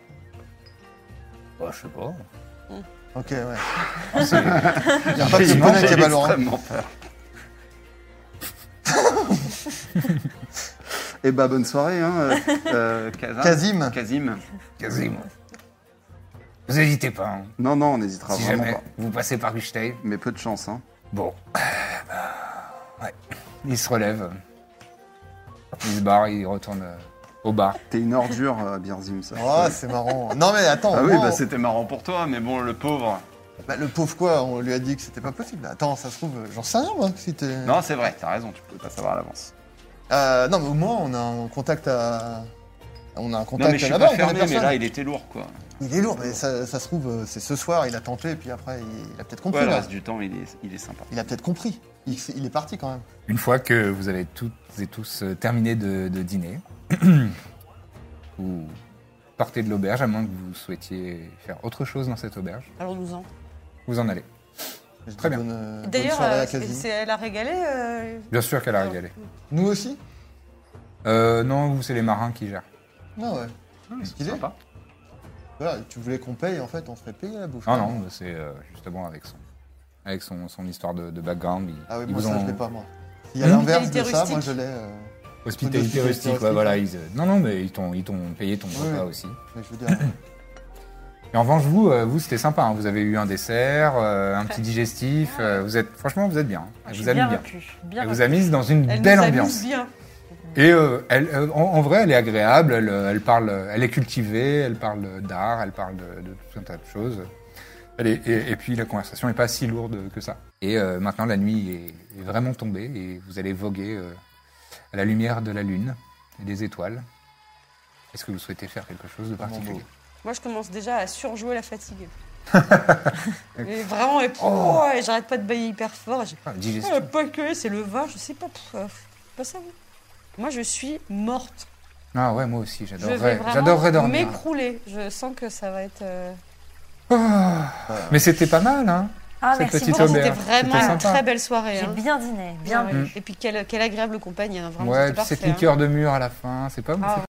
[SPEAKER 1] Bah, je sais pas.
[SPEAKER 5] Ok, ouais.
[SPEAKER 1] Ah, Il y a
[SPEAKER 5] pas de
[SPEAKER 4] J'ai
[SPEAKER 5] poney
[SPEAKER 4] j'ai
[SPEAKER 5] qui est ballon, hein.
[SPEAKER 4] extrêmement peur. Et bah bonne soirée, hein, euh, euh, Kazim.
[SPEAKER 5] Kazim.
[SPEAKER 4] Kazim.
[SPEAKER 1] Quasiment. Vous hésitez pas, hein.
[SPEAKER 4] Non, non, on n'hésitera
[SPEAKER 1] si
[SPEAKER 4] vraiment
[SPEAKER 1] jamais
[SPEAKER 4] pas.
[SPEAKER 1] vous passez par Gustein.
[SPEAKER 4] Mais peu de chance, hein.
[SPEAKER 1] Bon. Ouais. Il se relève. Il se barre, il retourne euh, au bar.
[SPEAKER 4] T'es une ordure, euh, Birzim, ça.
[SPEAKER 5] Oh, c'est marrant. Non, mais attends.
[SPEAKER 4] ah oui,
[SPEAKER 5] moi,
[SPEAKER 4] bah
[SPEAKER 5] on-
[SPEAKER 4] c'était marrant pour toi, mais bon, le pauvre.
[SPEAKER 5] bah, le pauvre quoi, on lui a dit que c'était pas possible. Attends, ça se trouve, euh, j'en sais rien moi. Si t'es-
[SPEAKER 4] Non, c'est vrai, t'as raison, tu peux pas savoir à l'avance.
[SPEAKER 5] Euh, non, mais au moins, on a un contact à. On a un
[SPEAKER 4] Non,
[SPEAKER 5] contact
[SPEAKER 4] mais je suis
[SPEAKER 5] là-bas,
[SPEAKER 4] pas
[SPEAKER 5] on connaît
[SPEAKER 4] fermé, mais
[SPEAKER 5] personne.
[SPEAKER 4] là, il était lourd, quoi.
[SPEAKER 5] Il est lourd, mais ça, ça se trouve, euh, c'est ce soir, il a tenté, et puis après, il, il a peut-être compris.
[SPEAKER 4] Ouais, le
[SPEAKER 5] là.
[SPEAKER 4] reste du temps, il est, il est sympa.
[SPEAKER 5] Il a peut-être compris. Il, il est parti quand même.
[SPEAKER 1] Une fois que vous avez toutes et tous euh, terminé de, de dîner, vous partez de l'auberge, à moins que vous souhaitiez faire autre chose dans cette auberge.
[SPEAKER 6] Allons-nous-en.
[SPEAKER 1] Vous en allez.
[SPEAKER 5] Je dis
[SPEAKER 1] Très bien.
[SPEAKER 5] Bonne, euh, bonne
[SPEAKER 6] D'ailleurs,
[SPEAKER 5] soirée à
[SPEAKER 6] euh,
[SPEAKER 5] Kazim.
[SPEAKER 6] c'est- elle a régalé. euh,
[SPEAKER 1] Bien sûr qu'elle a régalé.
[SPEAKER 5] Nous aussi
[SPEAKER 1] Euh, non, vous, c'est les marins qui gèrent.
[SPEAKER 5] Non, ouais.
[SPEAKER 1] Ah,
[SPEAKER 5] Est-ce qu'il est
[SPEAKER 4] Sympa.
[SPEAKER 5] Voilà, tu voulais qu'on paye, en fait, on se fait payer la bouffe.
[SPEAKER 1] Non, non, c'est euh, justement avec son, avec son, son histoire de, de background. Ils,
[SPEAKER 5] Ah oui,
[SPEAKER 1] ils
[SPEAKER 5] moi
[SPEAKER 1] vous
[SPEAKER 5] ça,
[SPEAKER 1] ont
[SPEAKER 5] je l'ai pas, moi. Il y a
[SPEAKER 1] Hmm.
[SPEAKER 5] l'inverse de
[SPEAKER 6] Hospitalité
[SPEAKER 5] ça, moi
[SPEAKER 6] rustique.
[SPEAKER 5] je l'ai. euh,
[SPEAKER 1] Hospitalité rustique, ouais, voilà. Ils, euh, non, non, mais ils t'ont ils t'ont payé ton
[SPEAKER 5] Oui,
[SPEAKER 1] repas
[SPEAKER 5] oui.
[SPEAKER 1] aussi.
[SPEAKER 5] mais je veux dire. euh,
[SPEAKER 1] Et en revanche, vous, euh, vous c'était sympa. hein. Vous avez eu un dessert, euh, un petit digestif. euh, vous êtes, franchement, vous êtes bien. hein.
[SPEAKER 3] Je
[SPEAKER 1] Elle
[SPEAKER 3] suis
[SPEAKER 1] vous a mis bien.
[SPEAKER 3] repu,
[SPEAKER 1] Elle
[SPEAKER 3] bien
[SPEAKER 1] vous a mise dans une
[SPEAKER 6] Elle
[SPEAKER 1] belle
[SPEAKER 6] nous
[SPEAKER 1] ambiance.
[SPEAKER 6] amuse bien.
[SPEAKER 1] Et euh, elle, euh, en, en vrai, elle est agréable. Elle, euh, elle parle, euh, elle est cultivée. Elle parle d'art. Elle parle de, de tout un tas de choses. Elle est- et, et puis la conversation n'est pas si lourde que ça. Et euh, maintenant, la nuit est, est vraiment tombée et vous allez voguer euh, à la lumière de la lune et des étoiles. Est-ce que vous souhaitez faire quelque chose de particulier
[SPEAKER 6] Moi, je commence déjà à surjouer la fatigue. Mais vraiment, et, oh, et j'arrête pas de bailler hyper fort. J'ai-
[SPEAKER 1] Ah,
[SPEAKER 6] Ah,
[SPEAKER 1] digestif.
[SPEAKER 6] le poké, c'est le vin, je sais pas. pff, euh, pas ça, vous. Moi, je suis morte.
[SPEAKER 1] Ah ouais, moi aussi,
[SPEAKER 6] Je vais
[SPEAKER 1] j'adorerais,
[SPEAKER 6] vraiment
[SPEAKER 1] j'adorerais dormir.
[SPEAKER 6] m'écrouler. Je sens que ça va être. euh,
[SPEAKER 1] Ah, mais c'était pas mal, hein
[SPEAKER 3] Ah,
[SPEAKER 1] Cette
[SPEAKER 3] merci
[SPEAKER 1] petite
[SPEAKER 3] beaucoup.
[SPEAKER 1] auberge.
[SPEAKER 6] C'était
[SPEAKER 1] Super,
[SPEAKER 6] vraiment
[SPEAKER 1] c'était
[SPEAKER 6] une
[SPEAKER 1] sympa.
[SPEAKER 6] très belle soirée.
[SPEAKER 3] J'ai
[SPEAKER 6] hein.
[SPEAKER 3] bien dîné, bien
[SPEAKER 6] Ouais.
[SPEAKER 3] bu.
[SPEAKER 6] Et puis, quelle, quelle agréable compagne. hein, Vraiment,
[SPEAKER 1] Ouais,
[SPEAKER 6] c'était
[SPEAKER 1] puis cette
[SPEAKER 6] parfait. hein.
[SPEAKER 1] liqueur de mur à la fin, c'est pas
[SPEAKER 6] Ah,
[SPEAKER 1] c'est-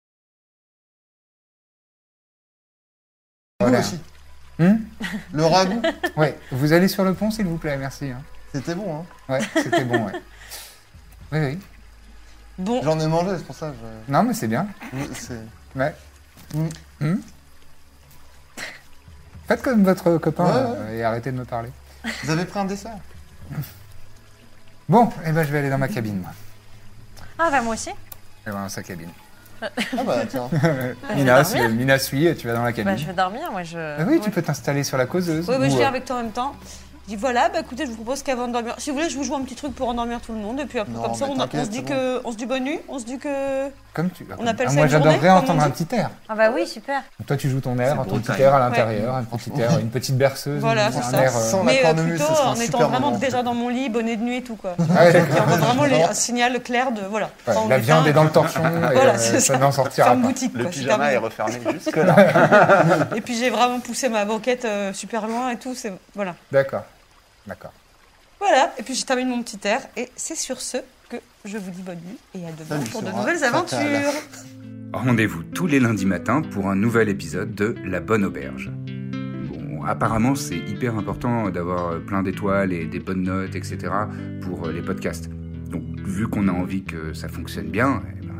[SPEAKER 5] Nous
[SPEAKER 1] Voilà.
[SPEAKER 5] aussi.
[SPEAKER 1] Hum
[SPEAKER 5] Le ragoût,
[SPEAKER 1] Ouais, vous allez sur le pont, s'il vous plaît, merci. hein.
[SPEAKER 5] c'était bon, hein.
[SPEAKER 1] Ouais, c'était bon, ouais. Oui, oui.
[SPEAKER 6] Bon,
[SPEAKER 5] J'en ai mangé, c'est pour ça. je-
[SPEAKER 1] Non, mais c'est bien.
[SPEAKER 5] c'est-
[SPEAKER 1] Ouais.
[SPEAKER 5] Mm.
[SPEAKER 1] Hum Faites comme votre copain
[SPEAKER 5] Ouais,
[SPEAKER 1] là, et arrêtez de me parler.
[SPEAKER 5] Vous avez pris un dessert
[SPEAKER 1] Bon, eh ben, je vais aller dans ma cabine, moi.
[SPEAKER 3] Ah, bah moi aussi.
[SPEAKER 1] Elle va dans sa cabine.
[SPEAKER 5] Ah bah tiens.
[SPEAKER 1] Mina,
[SPEAKER 3] dormir.
[SPEAKER 1] si- Mina suit et tu vas dans la cabine.
[SPEAKER 3] Bah, je vais dormir, moi je.
[SPEAKER 1] Ah oui, tu peux t'installer sur la causeuse.
[SPEAKER 6] Oui, oui,
[SPEAKER 1] ou,
[SPEAKER 6] je
[SPEAKER 1] euh,
[SPEAKER 6] viens avec toi en même temps. Je dis voilà, bah écoutez, je vous propose qu'avant de dormir, si vous voulez, je vous joue un petit truc pour endormir tout le monde. Et puis après,
[SPEAKER 5] Non,
[SPEAKER 6] comme ça,
[SPEAKER 5] mais
[SPEAKER 6] on, on
[SPEAKER 5] t'inquiète,
[SPEAKER 6] se dit
[SPEAKER 5] c'est
[SPEAKER 6] que, on se dit bonne nuit, on se dit que.
[SPEAKER 1] Comme tu... Ah,
[SPEAKER 6] On appelle ça
[SPEAKER 1] Moi,
[SPEAKER 6] une journée,
[SPEAKER 1] j'adorerais
[SPEAKER 6] comme on
[SPEAKER 1] entendre un
[SPEAKER 6] dit.
[SPEAKER 1] petit air.
[SPEAKER 3] Ah, bah oui, super.
[SPEAKER 1] Toi, tu joues ton air,
[SPEAKER 4] C'est
[SPEAKER 1] ton
[SPEAKER 4] beau,
[SPEAKER 1] petit
[SPEAKER 4] t'as-
[SPEAKER 1] air à l'intérieur, un petit air, une petite berceuse,
[SPEAKER 6] Voilà,
[SPEAKER 1] un
[SPEAKER 6] c'est
[SPEAKER 1] un
[SPEAKER 6] ça.
[SPEAKER 1] air. euh,
[SPEAKER 5] Sans- On
[SPEAKER 6] mais
[SPEAKER 5] la
[SPEAKER 6] euh,
[SPEAKER 5] cornemuse,
[SPEAKER 6] plutôt
[SPEAKER 5] ça sera
[SPEAKER 6] en
[SPEAKER 5] un
[SPEAKER 6] étant
[SPEAKER 5] super
[SPEAKER 6] vraiment
[SPEAKER 5] moment.
[SPEAKER 6] déjà dans mon lit, bonnet de nuit et tout quoi.
[SPEAKER 1] Ouais, ouais,
[SPEAKER 6] On voit vraiment les-
[SPEAKER 5] Bon.
[SPEAKER 6] un signal clair de voilà. Enfin, on
[SPEAKER 1] la
[SPEAKER 6] éteint,
[SPEAKER 1] viande est dans le torchon, et,
[SPEAKER 6] Voilà,
[SPEAKER 1] euh,
[SPEAKER 6] c'est
[SPEAKER 1] ça
[SPEAKER 6] ça.
[SPEAKER 1] n'en sortira
[SPEAKER 6] ferme
[SPEAKER 1] pas.
[SPEAKER 6] boutique
[SPEAKER 4] Le
[SPEAKER 6] quoi. c'est
[SPEAKER 4] pyjama est
[SPEAKER 6] terminé.
[SPEAKER 4] refermé jusque-là.
[SPEAKER 6] Et puis j'ai vraiment poussé ma banquette euh, super loin et tout. C'est voilà,
[SPEAKER 1] D'accord, d'accord.
[SPEAKER 6] voilà. Et puis j'ai terminé mon petit air. Et c'est sur ce que je vous dis bonne nuit et à demain
[SPEAKER 5] Salut,
[SPEAKER 6] pour de
[SPEAKER 5] Sora.
[SPEAKER 6] nouvelles
[SPEAKER 5] Fatal.
[SPEAKER 6] aventures.
[SPEAKER 8] Rendez-vous tous les lundis matins pour un nouvel épisode de La Bonne Auberge. Bon, apparemment, c'est hyper important d'avoir plein d'étoiles et des bonnes notes, etc. pour les podcasts. Donc, vu qu'on a envie que ça fonctionne bien, eh ben,